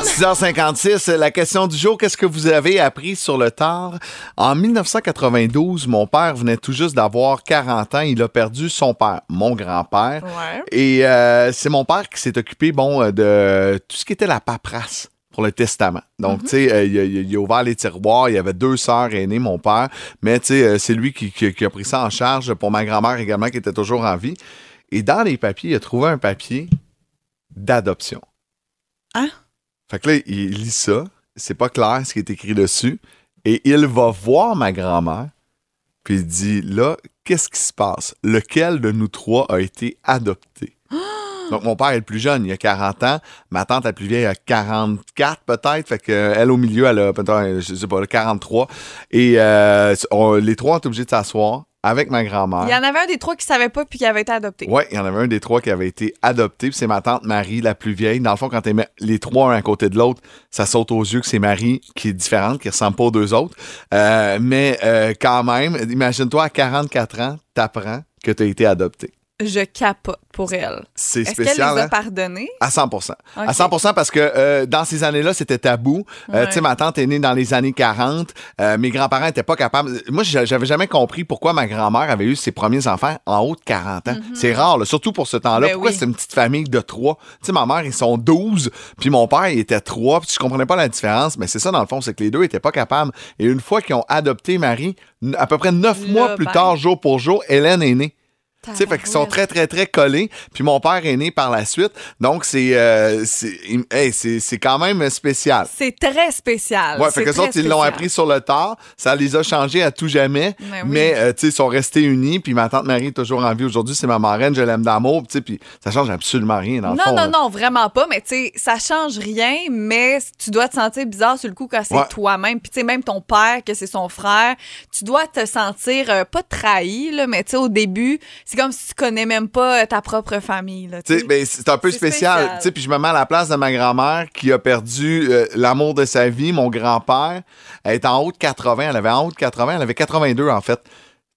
Speaker 2: 6h56, la question du jour, qu'est-ce que vous avez appris sur le tard? En 1992, mon père venait tout juste d'avoir 40 ans. Il a perdu son père, mon grand-père.
Speaker 3: Ouais.
Speaker 2: Et euh, c'est mon père qui s'est occupé, bon, euh, de tout ce qui était la paperasse pour le testament. Donc, tu sais, euh, il, a- il a- il a ouvert les tiroirs, il y avait deux sœurs aînées, mon père, mais tu sais, euh, c'est lui qui, qui- qui a pris ça en charge pour ma grand-mère également, qui était toujours en vie. Et dans les papiers, il a trouvé un papier d'adoption.
Speaker 3: Hein?
Speaker 2: Fait que là, il lit ça, c'est pas clair ce qui est écrit dessus, et il va voir ma grand-mère, puis il dit, là, qu'est-ce qui se passe? Lequel de nous trois a été adopté? Donc, mon père est le plus jeune, il a 40 ans. Ma tante, la plus vieille, a 44 peut-être. Fait que, euh, elle, au milieu, elle a peut-être, euh, je sais pas, 43. Et euh, on- les trois ont obligés de s'asseoir avec ma grand-mère.
Speaker 3: Il y en avait un des trois qui savait pas puis qui avait été adopté.
Speaker 2: Oui, il y en avait un des trois qui avait été adopté. puis C'est ma tante Marie, la plus vieille. Dans le fond, quand tu mets les trois un à côté de l'autre, ça saute aux yeux que c'est Marie qui est différente, qui ressemble pas aux deux autres. Euh, mais euh, quand même, imagine-toi, à 44 ans, t'apprends que tu as été adopté.
Speaker 3: je capote pour elle.
Speaker 2: C'est
Speaker 3: Est-ce
Speaker 2: spécial,
Speaker 3: qu'elle les a
Speaker 2: hein?
Speaker 3: pardonnés?
Speaker 2: À 100 À
Speaker 3: Ok.
Speaker 2: 100 parce que euh, dans ces années-là, c'était tabou. Euh, Tu sais, ma tante est née dans les années 40. Euh, mes grands-parents n'étaient pas capables. Moi, j'a- j'avais jamais compris pourquoi ma grand-mère avait eu ses premiers enfants en haut de 40 ans. C'est rare, là, surtout pour ce temps-là.
Speaker 3: Mhm. Ben
Speaker 2: pourquoi
Speaker 3: oui.
Speaker 2: c'est une petite famille de trois? Tu sais, ma mère, ils sont 12, puis mon père, il était 3. Puis je comprenais pas la différence. Mais c'est ça, dans le fond, c'est que les deux étaient pas capables. Et une fois qu'ils ont adopté Marie, n- à peu près neuf
Speaker 3: Là,
Speaker 2: mois plus
Speaker 3: ben.
Speaker 2: tard, jour pour jour, Hélène est née. Tu sais, fait qu'ils sont
Speaker 3: Tabarouette.
Speaker 2: très, très, très collés. Puis mon père est né par la suite. Donc, c'est euh, c'est im- hey, c'est- c'est quand même spécial.
Speaker 3: C'est très spécial.
Speaker 2: Ouais, fait
Speaker 3: C'est
Speaker 2: que les
Speaker 3: très
Speaker 2: autres, ils l'ont
Speaker 3: spécial.
Speaker 2: appris sur le tard. Ça les a changés à tout jamais.
Speaker 3: Ben oui.
Speaker 2: Mais, euh, tu sais, ils sont restés unis. Puis ma tante Marie est toujours en vie aujourd'hui. C'est ma marraine, je l'aime d'amour. Tu sais, puis ça change absolument rien dans le
Speaker 3: non,
Speaker 2: fond.
Speaker 3: non,
Speaker 2: là.
Speaker 3: non, vraiment pas. Mais tu sais, ça change rien, mais tu dois te sentir bizarre sur le coup quand c'est
Speaker 2: Ouais.
Speaker 3: toi-même. Puis tu sais, même ton père, que c'est son frère, tu dois te sentir euh, pas trahi, là, mais tu sais, au début, c'est comme si tu connais même pas euh, ta propre famille. Là,
Speaker 2: Tu
Speaker 3: tu sais.
Speaker 2: sais, ben, c'est un peu
Speaker 3: C'est
Speaker 2: spécial.
Speaker 3: spécial.
Speaker 2: Tu sais, puis je me mets à la place de ma grand-mère qui a perdu euh, l'amour de sa vie. Mon grand-père elle est en haut de 80. Elle avait en haut de 80. Elle avait 82, en fait.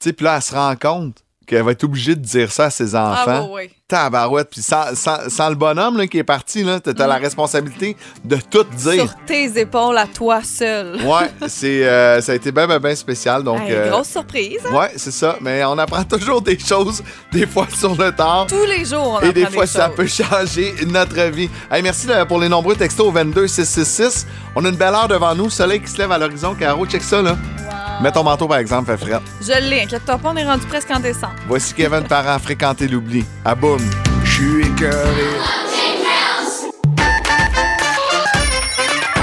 Speaker 2: Tu sais, puis là, elle se rend compte qu'elle va être obligée de dire ça à ses
Speaker 3: ah,
Speaker 2: enfants.
Speaker 3: ouais, ouais.
Speaker 2: Tabarouette. Puis sans, sans- sans le bonhomme là, qui est parti, là, t'as t'as la
Speaker 3: Mm.
Speaker 2: responsabilité de tout dire.
Speaker 3: Sur tes épaules à toi seul.
Speaker 2: Ouais, c'est, euh, ça a été bien, bien, bien spécial. Donc,
Speaker 3: Hey,
Speaker 2: euh,
Speaker 3: Grosse surprise. hein?
Speaker 2: ouais, c'est ça. Mais on apprend toujours des choses, des fois sur le tard.
Speaker 3: Tous les jours, on
Speaker 2: Et des
Speaker 3: apprend
Speaker 2: fois, ça
Speaker 3: choses.
Speaker 2: peut changer notre vie. Hey, merci de- pour les nombreux textos au 22666. On a une belle heure devant nous. Soleil qui se lève à l'horizon. Caro, check ça, là. Mets ton manteau, par exemple, fait frette.
Speaker 3: Je l'ai, inquiète-toi pas, on est rendu presque en décembre.
Speaker 2: Voici Kevin Parent, fréquenter l'oubli. À boum. Je suis écœuré.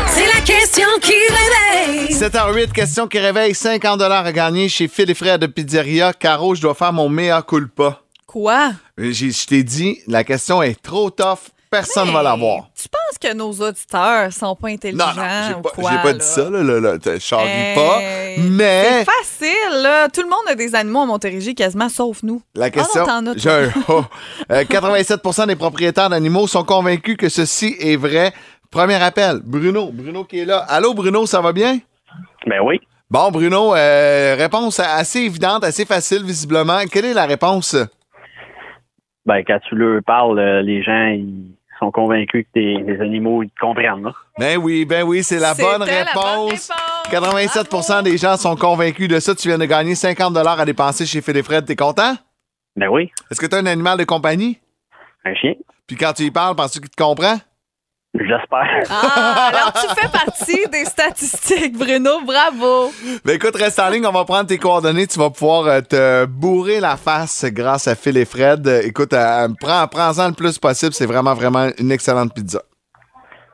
Speaker 9: C'est la question qui réveille.
Speaker 2: 7h08, question qui réveille 50 à gagner chez Phil et Frère de Pizzeria. Caro, je dois faire mon mea culpa.
Speaker 3: Quoi?
Speaker 2: Euh, j'ai- Je t'ai dit, la question est trop tough. Personne ne va
Speaker 3: Hey,
Speaker 2: l'avoir.
Speaker 3: Tu penses que nos auditeurs sont pas
Speaker 2: Non,
Speaker 3: intelligents
Speaker 2: non, j'ai
Speaker 3: ou
Speaker 2: pas,
Speaker 3: quoi?
Speaker 2: j'ai pas
Speaker 3: là?
Speaker 2: dit ça, là, Hein? là, là, te charrie
Speaker 3: Hey,
Speaker 2: pas. Mais
Speaker 3: C'est facile, là. Tout le monde a des animaux à Montérégie, quasiment, sauf nous.
Speaker 2: La question.
Speaker 3: Ah non, t'en as,
Speaker 2: j'ai un-
Speaker 3: toi.
Speaker 2: oh. Euh, 87 des propriétaires d'animaux sont convaincus que ceci est vrai. Premier appel, Bruno. Bruno qui est là. Allô, Bruno, ça va bien?
Speaker 11: Ben oui.
Speaker 2: Bon, Bruno, euh, réponse assez évidente, assez facile, visiblement. Quelle est la réponse?
Speaker 11: Ben, quand tu leur parles, euh, les gens, ils sont convaincus que tes- les animaux, ils te comprennent, là.
Speaker 2: Ben oui, ben oui, c'est la,
Speaker 3: C'était
Speaker 2: bonne
Speaker 3: la bonne
Speaker 2: réponse.
Speaker 3: réponse.
Speaker 2: 87
Speaker 3: Bravo.
Speaker 2: des gens sont convaincus de ça. Tu viens de gagner 50 à dépenser chez Phil et Fred. T'es content?
Speaker 11: Ben oui,
Speaker 2: Est-ce que tu as un animal de compagnie?
Speaker 11: un chien,
Speaker 2: Puis quand tu y parles, penses-tu qu'il te comprend?
Speaker 11: j'espère.
Speaker 3: Ah, alors tu fais partie des statistiques, Bruno. Bravo.
Speaker 2: Ben écoute, reste en ligne, on va prendre tes coordonnées. Tu vas pouvoir euh, te bourrer la face grâce à Phil et Fred. Euh, Écoute, euh, prends, prends-en le plus possible. C'est vraiment, vraiment une excellente pizza.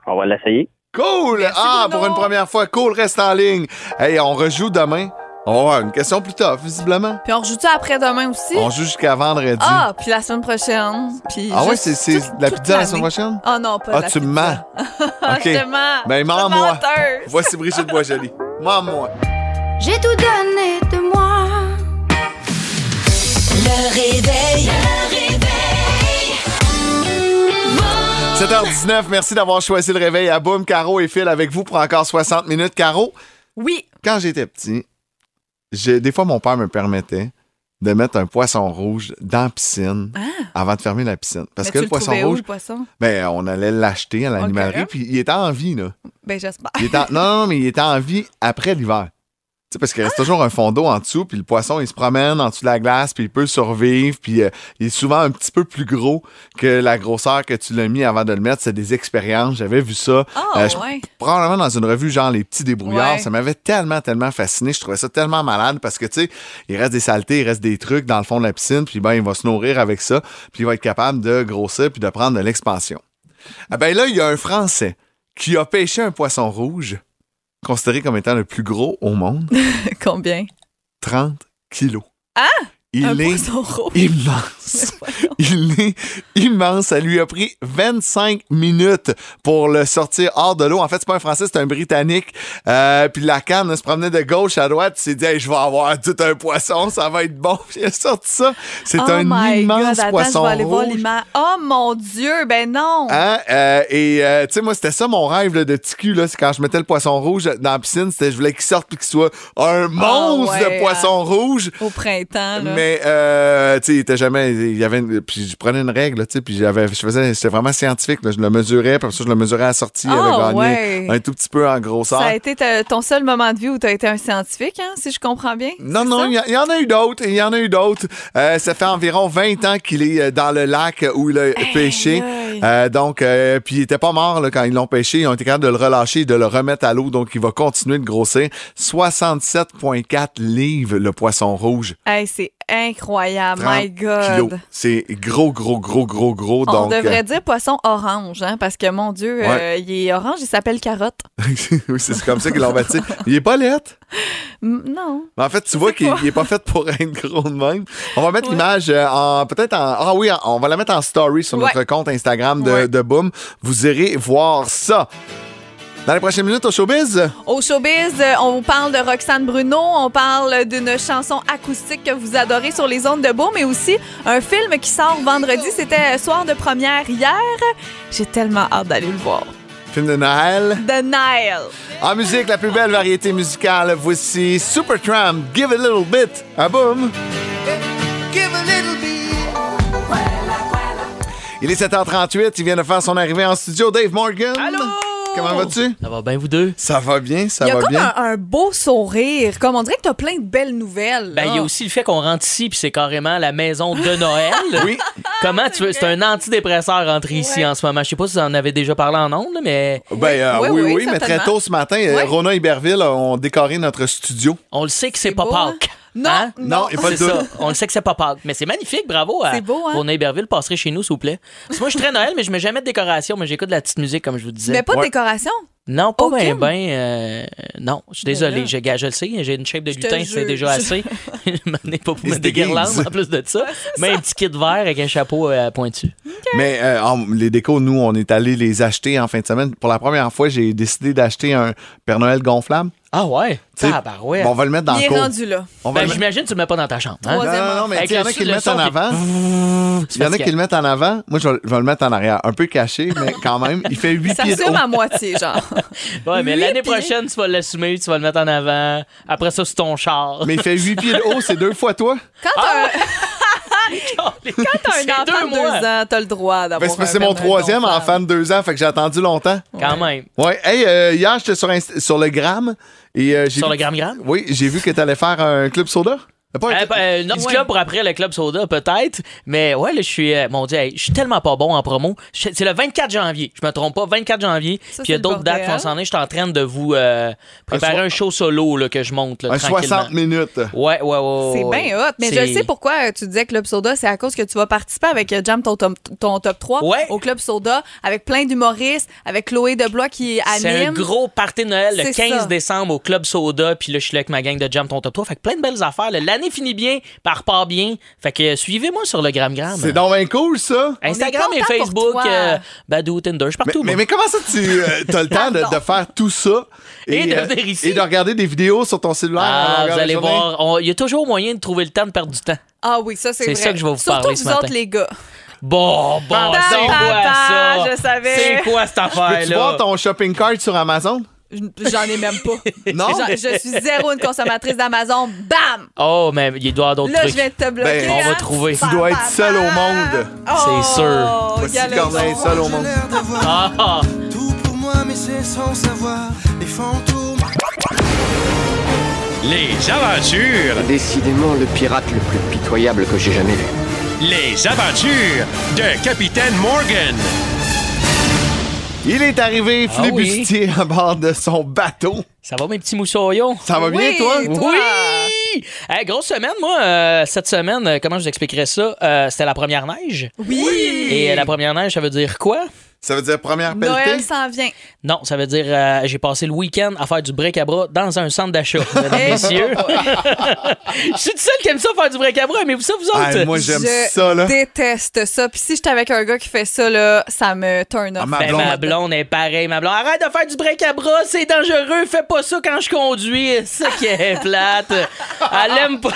Speaker 11: On va l'essayer.
Speaker 2: Cool! ah,
Speaker 3: Bruno.
Speaker 2: pour une première fois, cool, reste en ligne. Hey, on rejoue demain. On va avoir une question plus tard, visiblement.
Speaker 3: Puis on rejoue ça après-demain aussi.
Speaker 2: On joue jusqu'à vendredi.
Speaker 3: Ah, puis la semaine prochaine. Puis
Speaker 2: Ah ouais,
Speaker 3: juste
Speaker 2: c'est, c'est
Speaker 3: toute-
Speaker 2: la
Speaker 3: toute
Speaker 2: pizza la
Speaker 3: l'année.
Speaker 2: semaine prochaine?
Speaker 3: Ah non, pas
Speaker 2: Ah,
Speaker 3: de la
Speaker 2: tu me
Speaker 3: pizza.
Speaker 2: mens.
Speaker 3: Ah,
Speaker 2: OK.
Speaker 3: je te mens.
Speaker 2: Ben,
Speaker 3: Je te
Speaker 2: mens-moi.
Speaker 3: menteuse.
Speaker 2: Voici Brigitte Boisjoli. Maman.
Speaker 6: J'ai tout donné de moi.
Speaker 9: Le réveil.
Speaker 2: 7h19, merci d'avoir choisi le réveil à Boom. Caro et Phil avec vous pour encore 60 minutes. Caro,
Speaker 3: Oui.
Speaker 2: quand j'étais petit, j'ai- des fois, mon père me permettait de mettre un poisson rouge dans la piscine avant de fermer la piscine. Parce
Speaker 3: Ah! Mais
Speaker 2: que
Speaker 3: tu
Speaker 2: le poisson
Speaker 3: trouvais où,
Speaker 2: rouge,
Speaker 3: le poisson?
Speaker 2: ben, on allait l'acheter à l'animalerie,
Speaker 3: Ok.
Speaker 2: puis il était en vie, là.
Speaker 3: Ben, j'espère.
Speaker 2: Il était en- non, non, mais il était en vie après l'hiver. Tu sais, parce qu'il reste
Speaker 3: Ah!
Speaker 2: toujours un fond d'eau en dessous, puis le poisson, il se promène en dessous de la glace, puis il peut survivre, puis euh, il est souvent un petit peu plus gros que la grosseur que tu l'as mis avant de le mettre. C'est des expériences, j'avais vu ça.
Speaker 3: Ah,
Speaker 2: Euh, je-
Speaker 3: ouais.
Speaker 2: probablement dans une revue genre Les Petits Débrouillards.
Speaker 3: Ouais.
Speaker 2: Ça m'avait tellement, tellement fasciné. Je trouvais ça tellement malade parce que, tu sais, il reste des saletés, il reste des trucs dans le fond de la piscine, puis ben, il va se nourrir avec ça, puis il va être capable de grossir puis de prendre de l'expansion. Ah ben là, il y a un Français qui a pêché un poisson rouge, considéré comme étant le plus gros au monde,
Speaker 3: Combien?
Speaker 2: 30 kilos.
Speaker 3: Hein?
Speaker 2: Il
Speaker 3: Un
Speaker 2: est
Speaker 3: poisson rouge.
Speaker 2: immense. Il est immense. Ça lui a pris 25 minutes pour le sortir hors de l'eau. En fait, c'est pas un Français, c'est un Britannique. Euh, puis la canne là, se promenait de gauche à droite. Il s'est dit, Hey, je vais avoir tout un poisson, ça va être bon. Puis il a sorti ça. C'est
Speaker 3: Oh
Speaker 2: un
Speaker 3: my
Speaker 2: immense
Speaker 3: God, attends,
Speaker 2: poisson
Speaker 3: je vais aller voir
Speaker 2: rouge.
Speaker 3: l'image. Oh mon Dieu, ben non.
Speaker 2: Hein? Euh, et euh, tu sais, moi, c'était ça mon rêve là, de petit cul, là, c'est quand je mettais le poisson rouge dans la piscine, c'était je voulais qu'il sorte puis qu'il soit un monstre
Speaker 3: Ah ouais, hein.
Speaker 2: de poisson rouge.
Speaker 3: Au printemps, là.
Speaker 2: mais euh, tu sais, il était jamais. Il y avait une- puis je prenais une règle, tu sais, puis j'avais, je faisais, c'était vraiment scientifique. là. je le mesurais, puis après ça, je le mesurais à la sortie. il
Speaker 3: Ah,
Speaker 2: avait gagné
Speaker 3: ouais.
Speaker 2: un tout petit peu en grosseur.
Speaker 3: Ça a été ta- ton seul moment de vie où tu as été un scientifique, hein, si je comprends bien.
Speaker 2: Non, non, il y a- il y, en a eu d'autres. Il y en a eu d'autres. Euh, ça fait environ 20 ans qu'il est euh, dans le lac où il a pêché. Euh, donc, euh, puis il était pas mort là, quand ils l'ont pêché. Ils ont été capables de le relâcher et de le remettre à l'eau. Donc, il va continuer de grossir. 67,4 livres, le poisson rouge.
Speaker 3: Hey, c'est incroyable,
Speaker 2: 30
Speaker 3: my God.
Speaker 2: kilos. C'est gros, gros, gros, gros, gros.
Speaker 3: On
Speaker 2: donc,
Speaker 3: devrait
Speaker 2: euh,
Speaker 3: dire poisson orange, hein, parce que mon Dieu, euh,
Speaker 2: Ouais.
Speaker 3: il est orange, il s'appelle carotte.
Speaker 2: oui, c'est comme ça qu'ils l'ont bâti. Il est pas laid.
Speaker 3: M- non.
Speaker 2: Mais en fait, tu vois qu'il n'est pas fait pour être gros de même. On va mettre l'image euh, en peut-être en. Ah oui, en- on va la mettre en story sur notre
Speaker 3: Ouais.
Speaker 2: compte Instagram de,
Speaker 3: Ouais.
Speaker 2: de Boom. Vous irez voir ça. Dans les prochaines minutes au showbiz.
Speaker 3: Au showbiz, euh, on vous parle de Roxane Bruno, on parle d'une chanson acoustique que vous adorez sur les ondes de Beau, mais aussi un film qui sort vendredi. C'était euh, soir de première hier. J'ai tellement hâte d'aller le voir.
Speaker 2: Film de Noël.
Speaker 3: The Nile.
Speaker 2: En musique, la plus belle variété musicale. Voici Supertramp, Give a Little Bit. Ah, À Boom.
Speaker 5: Give a little bit.
Speaker 2: Il est 7h38. Il vient de faire son arrivée en studio. Dave Morgan. Allô. Comment vas-tu?
Speaker 12: Ça va bien, vous deux?
Speaker 2: Ça va bien, ça
Speaker 3: il y a
Speaker 2: va
Speaker 3: comme
Speaker 2: bien.
Speaker 3: un, un beau sourire. Comme on dirait que t'as plein de belles nouvelles. hein.
Speaker 12: Ben, il y a
Speaker 3: là.
Speaker 12: aussi le fait qu'on rentre ici, puis c'est carrément la maison de Noël.
Speaker 2: oui.
Speaker 12: Comment tu veux. C'est un antidépresseur rentrer ici en ce moment. Je sais pas si vous en avez déjà parlé en ondes, mais.
Speaker 2: Ben, euh, oui, oui, mais très tôt ce matin, euh, Rona Iberville euh, ont décoré notre studio.
Speaker 12: On le sait que c'est pas Pâques.
Speaker 3: hein? Non,
Speaker 12: Hein?
Speaker 2: non. Non, il y a pas de
Speaker 12: C'est
Speaker 2: doute.
Speaker 12: ça. On le sait que c'est pas Pâques. Mais c'est magnifique, bravo à
Speaker 3: C'est beau, hein?
Speaker 12: Rona Iberville. Passerait chez nous, s'il vous plaît. Parce que moi, je suis très Noël, mais je mets jamais de décoration, mais j'écoute de la petite musique, comme je vous disais.
Speaker 3: Mais pas de décoration.
Speaker 12: Non, pas bien,
Speaker 3: Aucune.
Speaker 12: ben. euh, non, je suis désolé, je, je le sais, j'ai une shape de
Speaker 3: Je te
Speaker 12: lutin,
Speaker 3: jure.
Speaker 12: c'est déjà assez. je m'en ai pas pour
Speaker 2: Il se
Speaker 12: mettre des
Speaker 2: déguise.
Speaker 12: guirlandes en plus de ça. Mais un petit kit vert avec un chapeau euh, pointu.
Speaker 2: Mais euh, en- les décos, nous, on est allés les acheter en fin de semaine. Pour la première fois, j'ai décidé d'acheter un Père Noël gonflable.
Speaker 12: Ah ouais?
Speaker 2: Tu sais,
Speaker 12: Tabarouette.
Speaker 2: On va le mettre dans
Speaker 3: Il
Speaker 2: le
Speaker 3: est
Speaker 2: cours.
Speaker 3: rendu là.
Speaker 2: On va
Speaker 12: Ben,
Speaker 2: le-
Speaker 12: J'imagine que tu le mets pas dans ta chambre. hein?
Speaker 2: Non, non, non, mais
Speaker 12: Avec
Speaker 2: il y en a qui le mettent
Speaker 12: son
Speaker 2: en
Speaker 12: qui-
Speaker 2: avant. Il y en a
Speaker 12: fatigant.
Speaker 2: qui le mettent en avant. Moi, je vais, je vais le mettre en arrière. Un peu caché, mais quand même, il fait 8
Speaker 3: Ça
Speaker 2: pieds de
Speaker 3: assume
Speaker 2: haut.
Speaker 3: à moitié, genre.
Speaker 12: Ouais, mais
Speaker 3: Huit
Speaker 12: l'année
Speaker 3: pieds.
Speaker 12: prochaine, tu vas l'assumer, tu vas le mettre en avant. Après ça, c'est ton char.
Speaker 2: Mais il fait 8 pieds de haut, c'est deux fois toi.
Speaker 3: Quand t'as un- quand t'as
Speaker 12: C'est
Speaker 3: un enfant
Speaker 12: deux
Speaker 3: de
Speaker 12: mois.
Speaker 3: deux ans, t'as le droit
Speaker 12: Ah,
Speaker 2: Ben,
Speaker 3: d'avoir.
Speaker 2: c'est parce que
Speaker 3: un
Speaker 2: c'est mon
Speaker 3: bébé
Speaker 2: troisième
Speaker 3: gonflable.
Speaker 2: enfant de deux ans, fait que j'ai attendu longtemps.
Speaker 12: Quand même.
Speaker 2: Ouais, hey, euh, hier, j'étais sur, Inst- sur le Gram. Et, euh, j'ai
Speaker 12: Sur
Speaker 2: vu-
Speaker 12: le Gram-Gram?
Speaker 2: Oui, j'ai vu que t'allais faire un club soda. Pas un
Speaker 12: Euh,
Speaker 2: club-
Speaker 12: euh, notre club pour après le club soda, peut-être. Mais ouais, là, je suis. euh, mon Dieu, hey, je suis tellement pas bon en promo. Je- C'est le 24 janvier. Je me trompe pas, 24 janvier. Puis il y
Speaker 3: Ça,
Speaker 12: a
Speaker 3: c'est le
Speaker 12: d'autres dates
Speaker 3: bordel.
Speaker 12: qu'on s'en est. Je suis en train de vous euh, préparer
Speaker 2: Un
Speaker 12: un, show solo là, que je monte là,
Speaker 2: un
Speaker 12: tranquillement. Ah,
Speaker 2: 60 minutes.
Speaker 12: Ouais, ouais, ouais. ouais,
Speaker 3: C'est
Speaker 12: ouais.
Speaker 3: bien hot, mais je
Speaker 12: C'est-
Speaker 3: le sais pourquoi euh, tu disais Club Soda, c'est à cause que tu vas participer avec euh, Jam ton, tom- ton top 3
Speaker 12: Ouais.
Speaker 3: au Club Soda, avec plein d'humoristes, avec Chloé Deblois qui anime.
Speaker 12: C'est un gros party de Noël le
Speaker 3: C'est
Speaker 12: 15
Speaker 3: ça.
Speaker 12: décembre au Club Soda. Puis là, je suis là avec ma gang de Jam Ton Top 3. Fait que plein de belles affaires. là. L'année finit bien, par repart bien. Fait que euh, suivez-moi sur le Gram Gram.
Speaker 2: C'est donc bien cool, ça.
Speaker 12: Instagram
Speaker 3: On est
Speaker 12: et
Speaker 3: content pour
Speaker 12: Facebook,
Speaker 3: toi.
Speaker 12: euh, Badou, Tinder, je suis
Speaker 2: Mais,
Speaker 12: partout.
Speaker 2: mais,
Speaker 12: moi.
Speaker 2: mais comment ça tu as le temps de, de faire tout ça
Speaker 12: Et de venir
Speaker 2: euh,
Speaker 12: ici.
Speaker 2: et de regarder des vidéos sur ton cellulaire? à
Speaker 12: Ah,
Speaker 2: longueur
Speaker 12: vous
Speaker 2: de
Speaker 12: allez
Speaker 2: journée?
Speaker 12: voir, on- il y a toujours moyen de trouver le temps de perdre du temps.
Speaker 3: Ah oui, ça c'est
Speaker 12: C'est
Speaker 3: vrai.
Speaker 12: ça que je vais vous
Speaker 3: Surtout
Speaker 12: parler ce
Speaker 3: vous
Speaker 12: matin.
Speaker 3: autres, les gars.
Speaker 12: Bon, bon,
Speaker 3: Papa,
Speaker 12: c'est quoi ça?
Speaker 3: je savais.
Speaker 12: C'est quoi cette
Speaker 2: Peux-tu
Speaker 12: affaire-là?
Speaker 2: voir ton shopping cart sur Amazon?
Speaker 3: J'en ai même pas.
Speaker 2: Non?
Speaker 3: J'en- Je suis zéro une consommatrice d'Amazon. Bam!
Speaker 12: Oh, mais il doit y avoir d'autres
Speaker 3: Là, je
Speaker 12: trucs.
Speaker 3: viens de te bloquer.
Speaker 2: Ben, on
Speaker 12: va
Speaker 3: hein.
Speaker 12: trouver.
Speaker 2: Tu dois être seul au monde.
Speaker 3: Oh,
Speaker 12: C'est sûr.
Speaker 2: Voici
Speaker 3: regarde le
Speaker 2: Corneille,
Speaker 3: son.
Speaker 2: seul au monde.
Speaker 5: L'air de voir
Speaker 12: Ah, ah.
Speaker 5: tout pour moi, mais c'est sans savoir. Les fantômes.
Speaker 13: Les aventures,
Speaker 14: Décidément le pirate le plus pitoyable que j'ai jamais vu.
Speaker 13: les aventures de Capitaine Morgan.
Speaker 2: Il est arrivé, Philippe
Speaker 12: Ah oui.
Speaker 2: Bustier, à bord de son bateau.
Speaker 12: Ça va, mes petits moussourions?
Speaker 2: Ça va bien,
Speaker 3: Oui,
Speaker 2: toi?
Speaker 3: toi.
Speaker 12: Oui! Hey, grosse semaine, moi, euh, cette semaine, euh, comment je vous expliquerais ça? Euh, C'était la première neige.
Speaker 3: Oui!
Speaker 12: Et euh, la première neige, ça veut dire quoi?
Speaker 2: Ça veut dire première
Speaker 3: Noël
Speaker 2: pelletée?
Speaker 3: s'en vient.
Speaker 12: Non, ça veut dire euh, j'ai passé le week-end à faire du bric à bras dans un centre d'achat, mesdames, messieurs. je suis tout seul qui aime ça faire du bric à bras, mais vous ça, vous autres?
Speaker 2: Ah, moi, j'aime
Speaker 3: Je
Speaker 2: ça, là.
Speaker 3: déteste ça. Puis si j'étais avec un gars qui fait ça, là, ça me turn off.
Speaker 2: Ah, ma
Speaker 12: Ben,
Speaker 2: blonde-
Speaker 12: ma blonde est pareil, ma blonde. Arrête de faire du break à bras, c'est dangereux, fais pas ça quand je conduis. C'est ça qui est plate. Elle aime pas.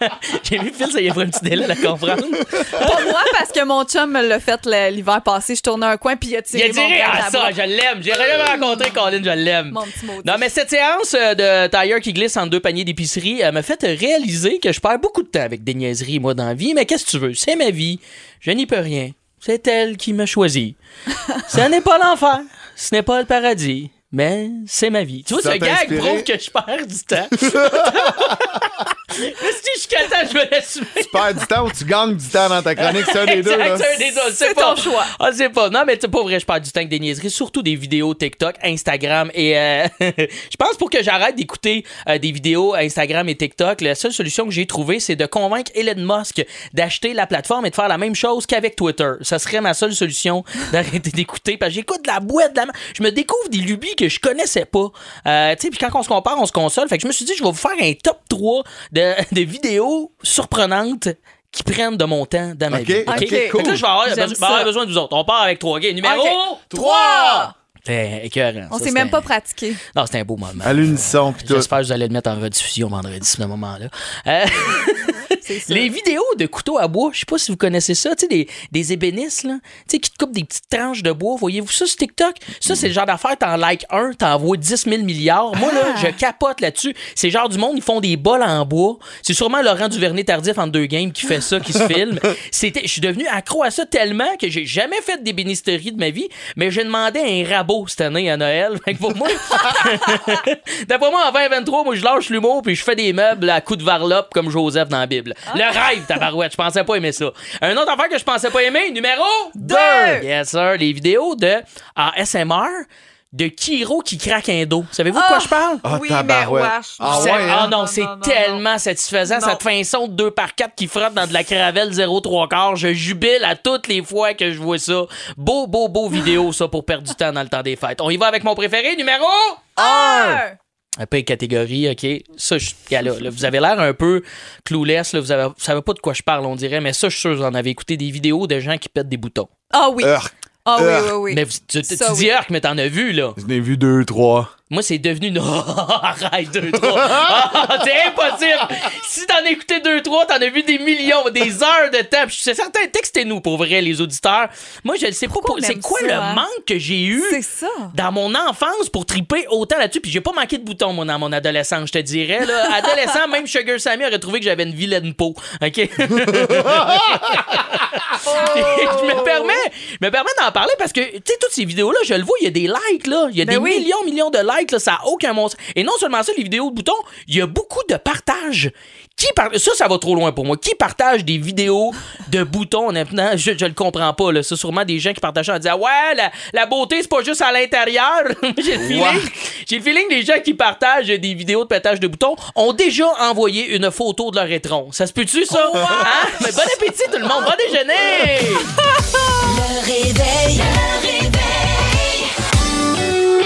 Speaker 12: J'ai vu Phil, ça y a pris un petit délai à la comprendre.
Speaker 3: Pas moi, parce que mon chum me l'a fait le- l'hiver passé. Je tournais un coin, coin puis il a
Speaker 12: Il a
Speaker 3: tiré
Speaker 12: dit
Speaker 3: mon
Speaker 12: rien
Speaker 3: verre
Speaker 12: à
Speaker 3: à la
Speaker 12: ça,
Speaker 3: bouche.
Speaker 12: je l'aime. J'ai jamais rencontré Colin, je l'aime.
Speaker 3: Mon petit mot.
Speaker 12: Non, mais cette séance euh, de tailleur qui glisse entre deux paniers d'épicerie elle m'a fait réaliser que je perds beaucoup de temps avec des niaiseries, moi, dans la vie. Mais qu'est-ce que tu veux? C'est ma vie. Je n'y peux rien. C'est elle qui m'a choisi. Ce n'est pas l'enfer. Ce n'est pas le paradis. Mais c'est ma vie. Tu vois,
Speaker 4: Ça
Speaker 12: ce
Speaker 4: t'a
Speaker 12: gag
Speaker 4: inspiré?
Speaker 12: prouve que je perds du temps. Si je suis content, je me laisse Tu
Speaker 2: perds du temps ou tu gagnes du temps dans ta chronique, c'est un des deux.
Speaker 12: Exact,
Speaker 2: là.
Speaker 12: c'est un des deux, je sais
Speaker 3: C'est
Speaker 12: pas.
Speaker 3: ton choix.
Speaker 12: Ah, c'est pas. Non, mais c'est pas vrai, je parle du temps avec des niaiseries, surtout des vidéos TikTok, Instagram et. euh, je pense pour que j'arrête d'écouter euh, des vidéos Instagram et TikTok, la seule solution que j'ai trouvée, c'est de convaincre Elon Musk d'acheter la plateforme et de faire la même chose qu'avec Twitter. Ça serait ma seule solution d'arrêter d'écouter parce que j'écoute de la boîte de la main. Je me découvre des lubies que je connaissais pas. Euh, tu sais, puis quand on se compare, on se console. Fait que je me suis dit, je vais vous faire un top 3 de, de vidéos surprenantes qui prennent de mon temps dans ma
Speaker 2: Ok,
Speaker 12: vie.
Speaker 2: ok,
Speaker 12: Fait que
Speaker 2: cool.
Speaker 12: là, je vais avoir,
Speaker 2: J'aime
Speaker 12: besoin- je vais avoir
Speaker 2: ça.
Speaker 12: besoin de vous autres. On part avec 3 gays. Numéro
Speaker 3: Ok.
Speaker 12: 3! C'était écœurant.
Speaker 3: On
Speaker 12: Ça,
Speaker 3: s'est
Speaker 12: c'était-
Speaker 3: même pas pratiqué.
Speaker 12: Non, c'était un beau moment.
Speaker 2: À l'unisson, pis tout.
Speaker 12: J'espère que vous allez le mettre en rediffusion vendredi, ce moment-là. Euh, les vidéos de couteaux à bois, je sais pas si vous connaissez ça, tu sais, des, des ébénistes, là, tu sais, qui te coupent des petites tranches de bois. Voyez-vous ça sur TikTok? Ça, c'est le genre d'affaire, t'en likes un, t'envoies 10 000 milliards. Moi, là, je capote là-dessus. C'est genre du monde, ils font des bols en bois. C'est sûrement Laurent Duvernay Tardif en deux games qui fait ça, qui se filme. C'était, je suis devenu accro à ça tellement que j'ai jamais fait d'ébénisterie de ma vie, mais j'ai demandé un rabot cette année à Noël. Fait que pour moi, D'après moi, en 2023, moi, je lâche l'humour puis je fais des meubles à coups de varlope comme Joseph dans la Bible. Le rêve, tabarouette. Je pensais pas aimer ça. Un autre affaire que je pensais pas aimer, numéro 2. Yes, sir. Les vidéos de ASMR de Kiro qui craque un dos. Savez-vous de quoi je parle?
Speaker 2: Ah, Oui, tabarouette. mais wesh. Ah
Speaker 12: C'est-
Speaker 2: ouais, hein?
Speaker 12: ah non, c'est tellement satisfaisant. Ça te fait un son de 2 par 4 qui frotte dans de la caravelle 0,3 quarts. Je jubile à toutes les fois que je vois ça. Beau, beau, beau vidéo, ça, pour perdre du temps dans le temps des fêtes. On y va avec mon préféré, numéro
Speaker 3: Ah
Speaker 12: 1! Un peu catégorie, OK. Ça, je, gars, là, là, vous avez l'air un peu clouless, là, vous, avez, vous savez pas de quoi je parle, on dirait, mais ça, je suis sûr, vous en avez écouté des vidéos de gens qui pètent des boutons.
Speaker 3: Ah oui. Ah oui, oui, oui.
Speaker 12: Mais vous- tu, tu-
Speaker 3: Ça,
Speaker 12: tu dis
Speaker 3: oui.
Speaker 12: Urk, mais t'en as vu, là.
Speaker 2: Je n'ai vu deux, trois.
Speaker 12: Moi, c'est devenu une. Arrête, deux, trois. Ah, c'est impossible. Si t'en as écouté deux, trois, t'en as vu des millions, des heures de temps. Puis Je suis certain, textez-nous pour vrai, les auditeurs. Moi, je ne sais pas. pour-
Speaker 3: on
Speaker 12: C'est
Speaker 3: aime
Speaker 12: quoi
Speaker 3: ça,
Speaker 12: le
Speaker 3: hein?
Speaker 12: manque que j'ai eu dans mon enfance pour triper autant là-dessus? Puis j'ai pas manqué de boutons, moi, dans mon adolescence, je te dirais. Là. Adolescent, même Sugar Sammy aurait trouvé que j'avais une vilaine peau. OK? je
Speaker 3: Oh,
Speaker 12: me permets, je me permets d'en parler parce que, tu sais, toutes ces vidéos-là, je le vois, il y a des likes, là. Il y a
Speaker 3: Ben
Speaker 12: des
Speaker 3: oui.
Speaker 12: millions, millions de likes, là. Ça n'a aucun monstre. Et non seulement ça, les vidéos de boutons, il y a beaucoup de partages. Qui par- Ça, ça va trop loin pour moi. Qui partage des vidéos de boutons maintenant? Je, je le comprends pas, là. C'est sûrement des gens qui partagent ça en disant, ouais, la, la beauté, c'est pas juste à l'intérieur. J'ai le feeling. J'ai le feeling que les gens qui partagent des vidéos de pétage de boutons ont déjà envoyé une photo de leur étron. Ça se peut-tu, ça?
Speaker 2: Oh,
Speaker 12: Hein? Mais bon appétit, tout le monde. Bon déjeuner!
Speaker 6: Le réveil, le réveil.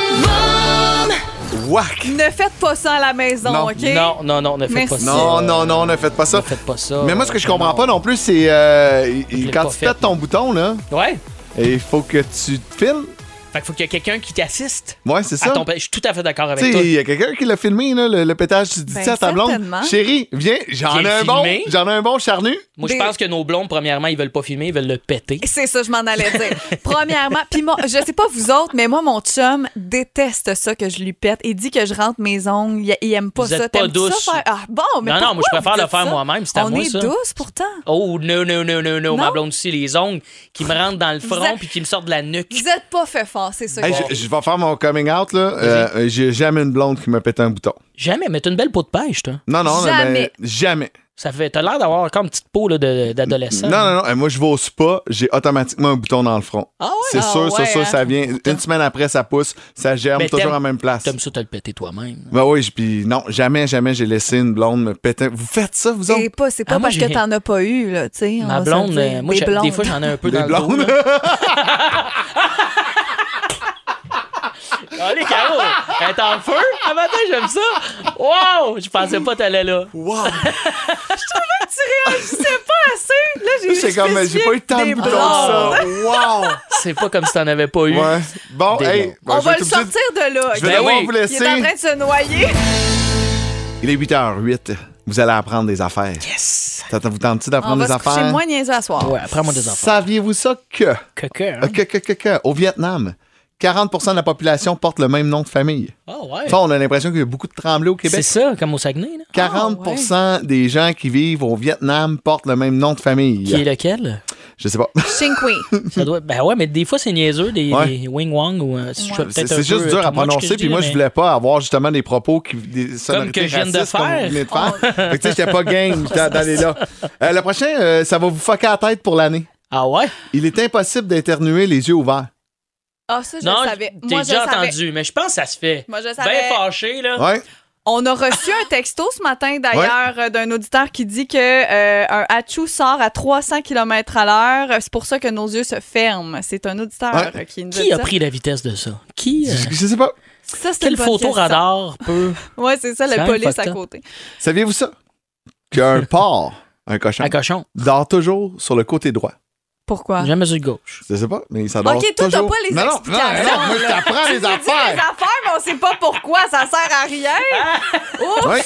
Speaker 3: Ne faites pas ça à la maison,
Speaker 2: Non.
Speaker 3: OK?
Speaker 12: Non, non, non, ne faites
Speaker 3: Merci.
Speaker 12: pas ça.
Speaker 2: Non, non, non, ne faites pas ça. Ne
Speaker 12: faites pas ça.
Speaker 2: Mais moi, ce que je comprends pas non plus, c'est euh, il- il-
Speaker 12: l'ai
Speaker 2: quand
Speaker 12: pas
Speaker 2: tu
Speaker 12: fait,
Speaker 2: pètes ton bouton, là.
Speaker 12: Ouais.
Speaker 2: Et il faut que tu te filmes.
Speaker 12: Fait qu'il faut qu'il y ait quelqu'un qui t'assiste.
Speaker 2: Ouais, c'est ça.
Speaker 12: À ton pa- Je suis tout à fait d'accord avec
Speaker 2: Tu
Speaker 12: toi.
Speaker 2: sais, il y a quelqu'un qui l'a filmé, là, le, le pétage. Tu dis
Speaker 12: Ben,
Speaker 2: ça à ta blonde.
Speaker 12: certainement.
Speaker 2: Chérie, viens, j'en ai
Speaker 12: Viens
Speaker 2: un bon.
Speaker 12: filmer.
Speaker 2: J'en ai un bon charnu.
Speaker 12: Moi, je pense que nos blondes, premièrement, ils veulent pas filmer, ils veulent le péter.
Speaker 3: C'est ça, je m'en allais dire. Premièrement, puis moi, je sais pas vous autres, mais moi, mon chum déteste ça que je lui pète. Il dit que je rentre mes ongles. Il, il aime pas
Speaker 12: Vous
Speaker 3: ça.
Speaker 12: êtes pas
Speaker 3: T'aimes-tu ça
Speaker 12: douce.
Speaker 3: faire- Ah bon, mais
Speaker 12: non, non, moi, je
Speaker 3: pourquoi
Speaker 12: préfère
Speaker 3: vous
Speaker 12: le
Speaker 3: dites
Speaker 12: faire
Speaker 3: ça?
Speaker 12: moi-même. C'est à
Speaker 3: On
Speaker 12: moi,
Speaker 3: est
Speaker 12: ça.
Speaker 3: douce pourtant.
Speaker 12: Oh, non, non, non, non, non, ma
Speaker 3: Non?
Speaker 12: blonde aussi, les ongles qui me rentrent dans le front
Speaker 3: êtes-
Speaker 12: puis qui me sortent de la nuque.
Speaker 3: Vous êtes pas fait fort, c'est ça.
Speaker 2: Hey,
Speaker 3: que
Speaker 2: je, je vais faire mon coming out, là. Euh, J'ai jamais une blonde qui m'a pété un bouton.
Speaker 12: Jamais, mais t'as une belle peau de pêche, toi.
Speaker 2: Non, non, non,
Speaker 12: Jamais.
Speaker 2: ben, jamais.
Speaker 12: Ça fait. T'as l'air d'avoir comme une petite peau là, de- d'adolescent.
Speaker 2: Non, non, non. euh, Moi, je vais au spa, j'ai automatiquement un bouton dans le front.
Speaker 12: Ah ouais?
Speaker 2: C'est
Speaker 12: Ah
Speaker 2: sûr,
Speaker 12: ouais,
Speaker 2: c'est sûr,
Speaker 12: hein?
Speaker 2: ça vient. Une semaine après, ça pousse, ça germe,
Speaker 12: Mais
Speaker 2: toujours
Speaker 12: t'aimes-
Speaker 2: en même place.
Speaker 12: T'aimes ça, t'as le pété toi-même.
Speaker 2: Ben oui, j- puis non, jamais, jamais j'ai laissé une blonde me péter. Vous faites ça, vous autres?
Speaker 3: C'est pas, c'est pas
Speaker 2: Ah, moi,
Speaker 3: parce que
Speaker 2: j'ai-
Speaker 3: t'en as pas eu, là, tu sais. on
Speaker 12: Ma
Speaker 3: va se
Speaker 12: blonde,
Speaker 3: le dire.
Speaker 12: euh, moi,
Speaker 3: Des
Speaker 12: j'ai- des
Speaker 3: blondes.
Speaker 12: fois, j'en ai un peu
Speaker 2: Des
Speaker 12: dans le dos,
Speaker 2: blondes?
Speaker 12: Allez, Caro, elle est en feu. Ah, matin, j'aime ça. Wow, je pensais pas t'allais là.
Speaker 2: Wow.
Speaker 3: Tu réagissais pas assez. Là, j'ai
Speaker 2: C'est comme, j'ai pas eu tant de
Speaker 3: des
Speaker 2: boutons que ça.
Speaker 3: blondes.
Speaker 2: Wow!
Speaker 12: C'est pas comme si t'en avais pas eu.
Speaker 2: Ouais. Bon,
Speaker 12: Des
Speaker 2: hey,
Speaker 12: blondes.
Speaker 2: ben,
Speaker 3: On
Speaker 2: je vais
Speaker 3: va
Speaker 2: être
Speaker 3: le
Speaker 2: obligé de-
Speaker 3: sortir de là.
Speaker 2: Je vais
Speaker 12: Ben
Speaker 3: OK?
Speaker 2: devoir vous laisser.
Speaker 3: Il est en train de se noyer.
Speaker 2: Il est 8h08. Vous allez apprendre des affaires.
Speaker 12: Yes!
Speaker 2: Ça te- vous tente-tu
Speaker 3: On
Speaker 2: d'apprendre
Speaker 3: va
Speaker 2: des
Speaker 3: se coucher
Speaker 2: affaires?
Speaker 3: moins niaiseux à soir.
Speaker 12: Ouais, apprends-moi des affaires.
Speaker 2: Saviez-vous ça que...
Speaker 12: Que
Speaker 2: Euh, que, que, que, que, Au Vietnam, 40 de la population porte le même nom de famille.
Speaker 12: Ah ouais.
Speaker 2: Ça, on a l'impression qu'il y a beaucoup de tremblés au Québec.
Speaker 12: C'est ça, comme au Saguenay. Là.
Speaker 3: Ah,
Speaker 2: 40 des gens qui vivent au Vietnam portent le même nom de famille.
Speaker 12: Qui est lequel?
Speaker 2: Je sais pas.
Speaker 3: Shinkui.
Speaker 12: Ça doit... Ben ouais, mais des fois, c'est niaiseux, des,
Speaker 2: Ouais.
Speaker 12: des Wing Wong ou. euh, je suis peut-être
Speaker 2: C'est
Speaker 12: un
Speaker 2: c'est
Speaker 12: peu,
Speaker 2: juste
Speaker 12: euh,
Speaker 2: dur à
Speaker 12: too much que
Speaker 2: prononcer, puis
Speaker 12: dis,
Speaker 2: moi,
Speaker 12: mais-
Speaker 2: je voulais pas avoir justement des propos qui. des sonorités
Speaker 12: que je viens de
Speaker 2: racistes comme
Speaker 12: faire. Oh.
Speaker 2: vous venez de faire. Fait que, tu sais, j'étais pas game d'a- d'aller là. Euh, le prochain, euh, ça va vous fucker la tête pour l'année.
Speaker 12: Ah ouais?
Speaker 2: Il est impossible d'éternuer les yeux ouverts.
Speaker 3: Ah, ça, je
Speaker 12: non,
Speaker 3: le savais.
Speaker 12: j'ai
Speaker 3: Moi, je
Speaker 12: déjà
Speaker 3: le savais.
Speaker 12: entendu, Ben mais je pense que ça se fait.
Speaker 3: Moi, je le
Speaker 12: Bien
Speaker 3: savais.
Speaker 12: fâché, là.
Speaker 2: Ouais.
Speaker 3: On a reçu un texto ce matin, d'ailleurs, euh, d'un auditeur qui dit que euh, un hachou sort à 300 km à l'heure. C'est pour ça que nos yeux se ferment. C'est un auditeur euh, qui nous
Speaker 12: Qui
Speaker 3: a,
Speaker 12: a
Speaker 3: dit
Speaker 12: pris la vitesse de ça? Qui? euh,
Speaker 2: Je sais pas.
Speaker 3: ça. Ça, c'est
Speaker 12: Quel
Speaker 3: une bonne
Speaker 12: photo
Speaker 3: question.
Speaker 12: radar peut.
Speaker 3: Ouais, c'est ça,
Speaker 12: C'est
Speaker 3: le
Speaker 12: quand même
Speaker 3: police
Speaker 12: fucked
Speaker 3: à
Speaker 12: up.
Speaker 3: côté.
Speaker 2: Saviez-vous ça? Qu'un porc, un cochon, dort toujours sur le côté droit.
Speaker 3: Pourquoi?
Speaker 12: Jamais sur le gauche.
Speaker 2: Je sais pas, mais ça dort
Speaker 3: Ok, toi, t'as
Speaker 2: toujours.
Speaker 3: pas les
Speaker 2: non, non, non,
Speaker 3: explications.
Speaker 2: non, moi, je
Speaker 3: là.
Speaker 2: t'apprends
Speaker 3: Tu
Speaker 2: les
Speaker 3: nous dis des
Speaker 2: affaires.
Speaker 3: affaires, mais on sait pas pourquoi. Ça sert à rien. Ouf!
Speaker 2: Ouais.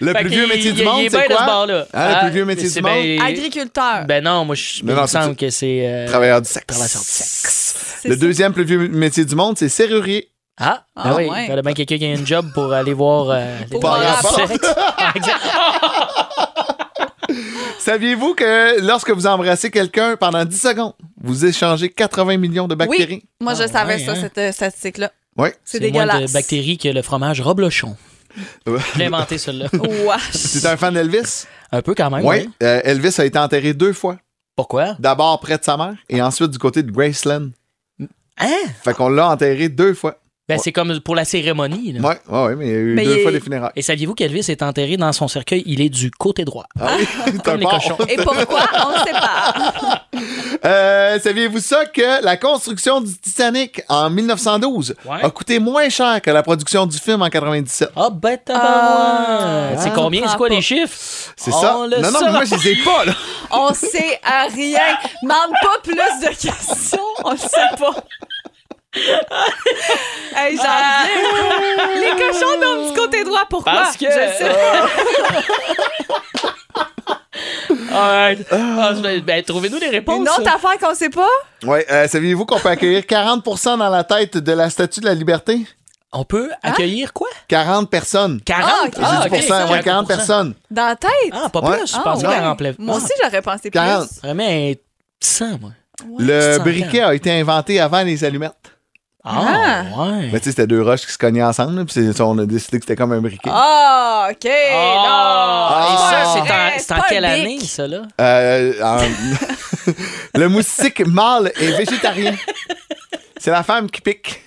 Speaker 2: Le
Speaker 12: Fait
Speaker 2: plus
Speaker 12: qu'il-
Speaker 2: vieux métier
Speaker 12: il-
Speaker 2: du
Speaker 12: il
Speaker 2: monde,
Speaker 12: est
Speaker 2: c'est
Speaker 12: bien de ce
Speaker 2: quoi?
Speaker 12: bord-là.
Speaker 2: Hein, le
Speaker 12: Ah,
Speaker 2: plus vieux métier
Speaker 12: c'est
Speaker 2: du monde?
Speaker 12: bien-
Speaker 3: Agriculteur.
Speaker 12: Ben non, moi, je
Speaker 2: Non,
Speaker 12: il
Speaker 2: non,
Speaker 12: me
Speaker 2: c'est-
Speaker 12: semble que c'est. euh,
Speaker 2: Travailleur du sexe.
Speaker 12: travailleur du sexe.
Speaker 2: Le deuxième plus vieux métier du monde, c'est serrurier.
Speaker 12: Ah,
Speaker 2: Ah,
Speaker 12: ah oui,
Speaker 2: ouais.
Speaker 12: il fallait bien quelqu'un qui a un job pour aller voir euh, les
Speaker 2: Pour aller à la porte.
Speaker 12: sexe. Ah, exact.
Speaker 2: Saviez-vous que lorsque vous embrassez quelqu'un pendant 10 secondes, vous échangez 80 millions de bactéries?
Speaker 3: Oui, moi, je
Speaker 12: Ah,
Speaker 3: savais
Speaker 12: ouais,
Speaker 3: ça,
Speaker 12: hein.
Speaker 3: cette euh, statistique-là.
Speaker 2: Oui.
Speaker 3: C'est
Speaker 12: moins de
Speaker 3: dégueulasse.
Speaker 12: bactéries que le fromage Roblochon. Je l'ai inventé, celui-là.
Speaker 3: Wesh.
Speaker 2: C'est un fan d'Elvis?
Speaker 12: Un peu quand même.
Speaker 2: Oui. Euh, Elvis a été enterré deux fois.
Speaker 12: Pourquoi?
Speaker 2: D'abord près de sa mère et ensuite du côté de Graceland.
Speaker 12: Hein?
Speaker 2: Fait qu'on l'a enterré deux fois.
Speaker 12: Ben, c'est comme pour la cérémonie. Là.
Speaker 2: Ouais, ouais, ouais, mais il y a eu
Speaker 12: Mais
Speaker 2: deux
Speaker 12: il-
Speaker 2: fois des funérailles.
Speaker 12: Et saviez-vous qu'Elvis est enterré dans son cercueil? Il est du côté droit.
Speaker 2: Ah oui, c'est un
Speaker 12: Comme les
Speaker 2: porc.
Speaker 12: cochons.
Speaker 3: Et pourquoi? On ne sait pas.
Speaker 2: Euh, Saviez-vous ça que la construction du Titanic en 1912
Speaker 12: Ouais.
Speaker 2: a coûté moins cher que la production du film en 97?
Speaker 12: Ah, ben,
Speaker 3: Ah.
Speaker 12: tabarouette. C'est combien? C'est quoi les chiffres?
Speaker 2: C'est ça?
Speaker 12: On
Speaker 2: Non,
Speaker 12: le
Speaker 2: non, mais
Speaker 12: saura.
Speaker 2: moi, je les ai pas, là.
Speaker 3: On sait à rien. Mande pas plus de questions. On ne sait pas. hey, j'en reviens. Les cochons dorment du côté droit. Pourquoi?
Speaker 12: Parce que- euh,
Speaker 3: Je sais.
Speaker 12: Alright. Ah, je- ben, trouvez-nous les réponses.
Speaker 3: Une autre
Speaker 12: ça.
Speaker 3: affaire qu'on sait pas?
Speaker 2: Ouais, euh, saviez-vous qu'on peut accueillir 40 dans la tête de la Statue de la Liberté?
Speaker 12: On peut accueillir quoi?
Speaker 2: 40 personnes.
Speaker 12: 40?
Speaker 3: Hein?
Speaker 12: Ah,
Speaker 2: J'ai dit
Speaker 3: Ah, ok.
Speaker 12: ok,
Speaker 2: pour cent, ouais, 40
Speaker 12: 40%.
Speaker 2: personnes.
Speaker 3: Dans la tête?
Speaker 12: Ah, pas
Speaker 2: Ouais.
Speaker 12: plus. Je
Speaker 3: Ah,
Speaker 12: pensais
Speaker 3: ouais.
Speaker 12: qu'elle remplait.
Speaker 3: Moi aussi, j'aurais pensé
Speaker 2: 40.
Speaker 3: plus.
Speaker 12: Vraiment, un 100, moi.
Speaker 2: Le
Speaker 12: Ouais.
Speaker 2: briquet a été inventé avant les allumettes.
Speaker 12: Ah, ouais.
Speaker 2: Mais tu sais, c'était deux roches qui se cognaient ensemble, là, puis c'est- on a décidé que c'était comme un briquet.
Speaker 3: Ah, OK.
Speaker 12: Ah,
Speaker 3: non.
Speaker 12: et ça,
Speaker 3: pas
Speaker 12: c'est en,
Speaker 3: vrai,
Speaker 12: c'est en
Speaker 3: pas
Speaker 12: quelle
Speaker 3: un
Speaker 12: année,
Speaker 3: bic.
Speaker 12: ça, là?
Speaker 2: Euh, en- le moustique mâle est végétarien. C'est la femme qui pique.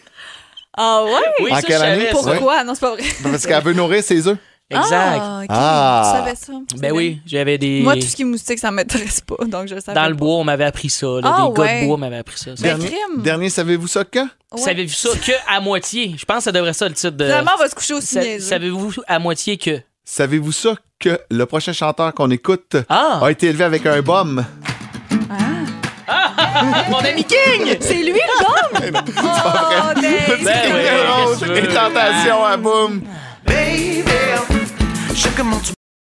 Speaker 3: Ah, ouais?
Speaker 12: Oui,
Speaker 2: En
Speaker 12: ça,
Speaker 2: quelle
Speaker 12: je savais
Speaker 2: année,
Speaker 12: ça.
Speaker 2: ça?
Speaker 3: Pourquoi? Non, c'est pas vrai.
Speaker 2: Parce qu'elle veut nourrir ses œufs.
Speaker 12: Exact.
Speaker 3: Ah, ok.
Speaker 2: Ah.
Speaker 3: Je savais ça.
Speaker 12: ben oui, j'avais des.
Speaker 3: Moi, tout ce qui est moustique, ça m'intéresse pas, donc je le savais.
Speaker 12: Dans le bois, on m'avait appris ça. Là,
Speaker 3: Ah,
Speaker 12: des gars
Speaker 3: ouais.
Speaker 12: de bois m'avaient appris ça. ça.
Speaker 3: Ben,
Speaker 2: Dernier,
Speaker 3: crime.
Speaker 2: dernier, savez-vous ça que?
Speaker 3: Ouais.
Speaker 12: Savez-vous ça que à moitié? Je pense que ça devrait ça le titre de.
Speaker 3: Finalement, on va se coucher aussi
Speaker 12: Sa-
Speaker 3: niaiseux.
Speaker 12: Savez-vous à moitié que.
Speaker 2: Savez-vous ça que le prochain chanteur qu'on écoute
Speaker 12: Ah!
Speaker 2: a été élevé avec un bum?
Speaker 12: Mon ami King!
Speaker 3: C'est lui le gars? Oh, dang.
Speaker 12: Ben oui,
Speaker 2: Rose
Speaker 12: qu'est-ce que tu
Speaker 2: et
Speaker 12: veux?
Speaker 2: Tentation à boum.
Speaker 4: Baby, je commence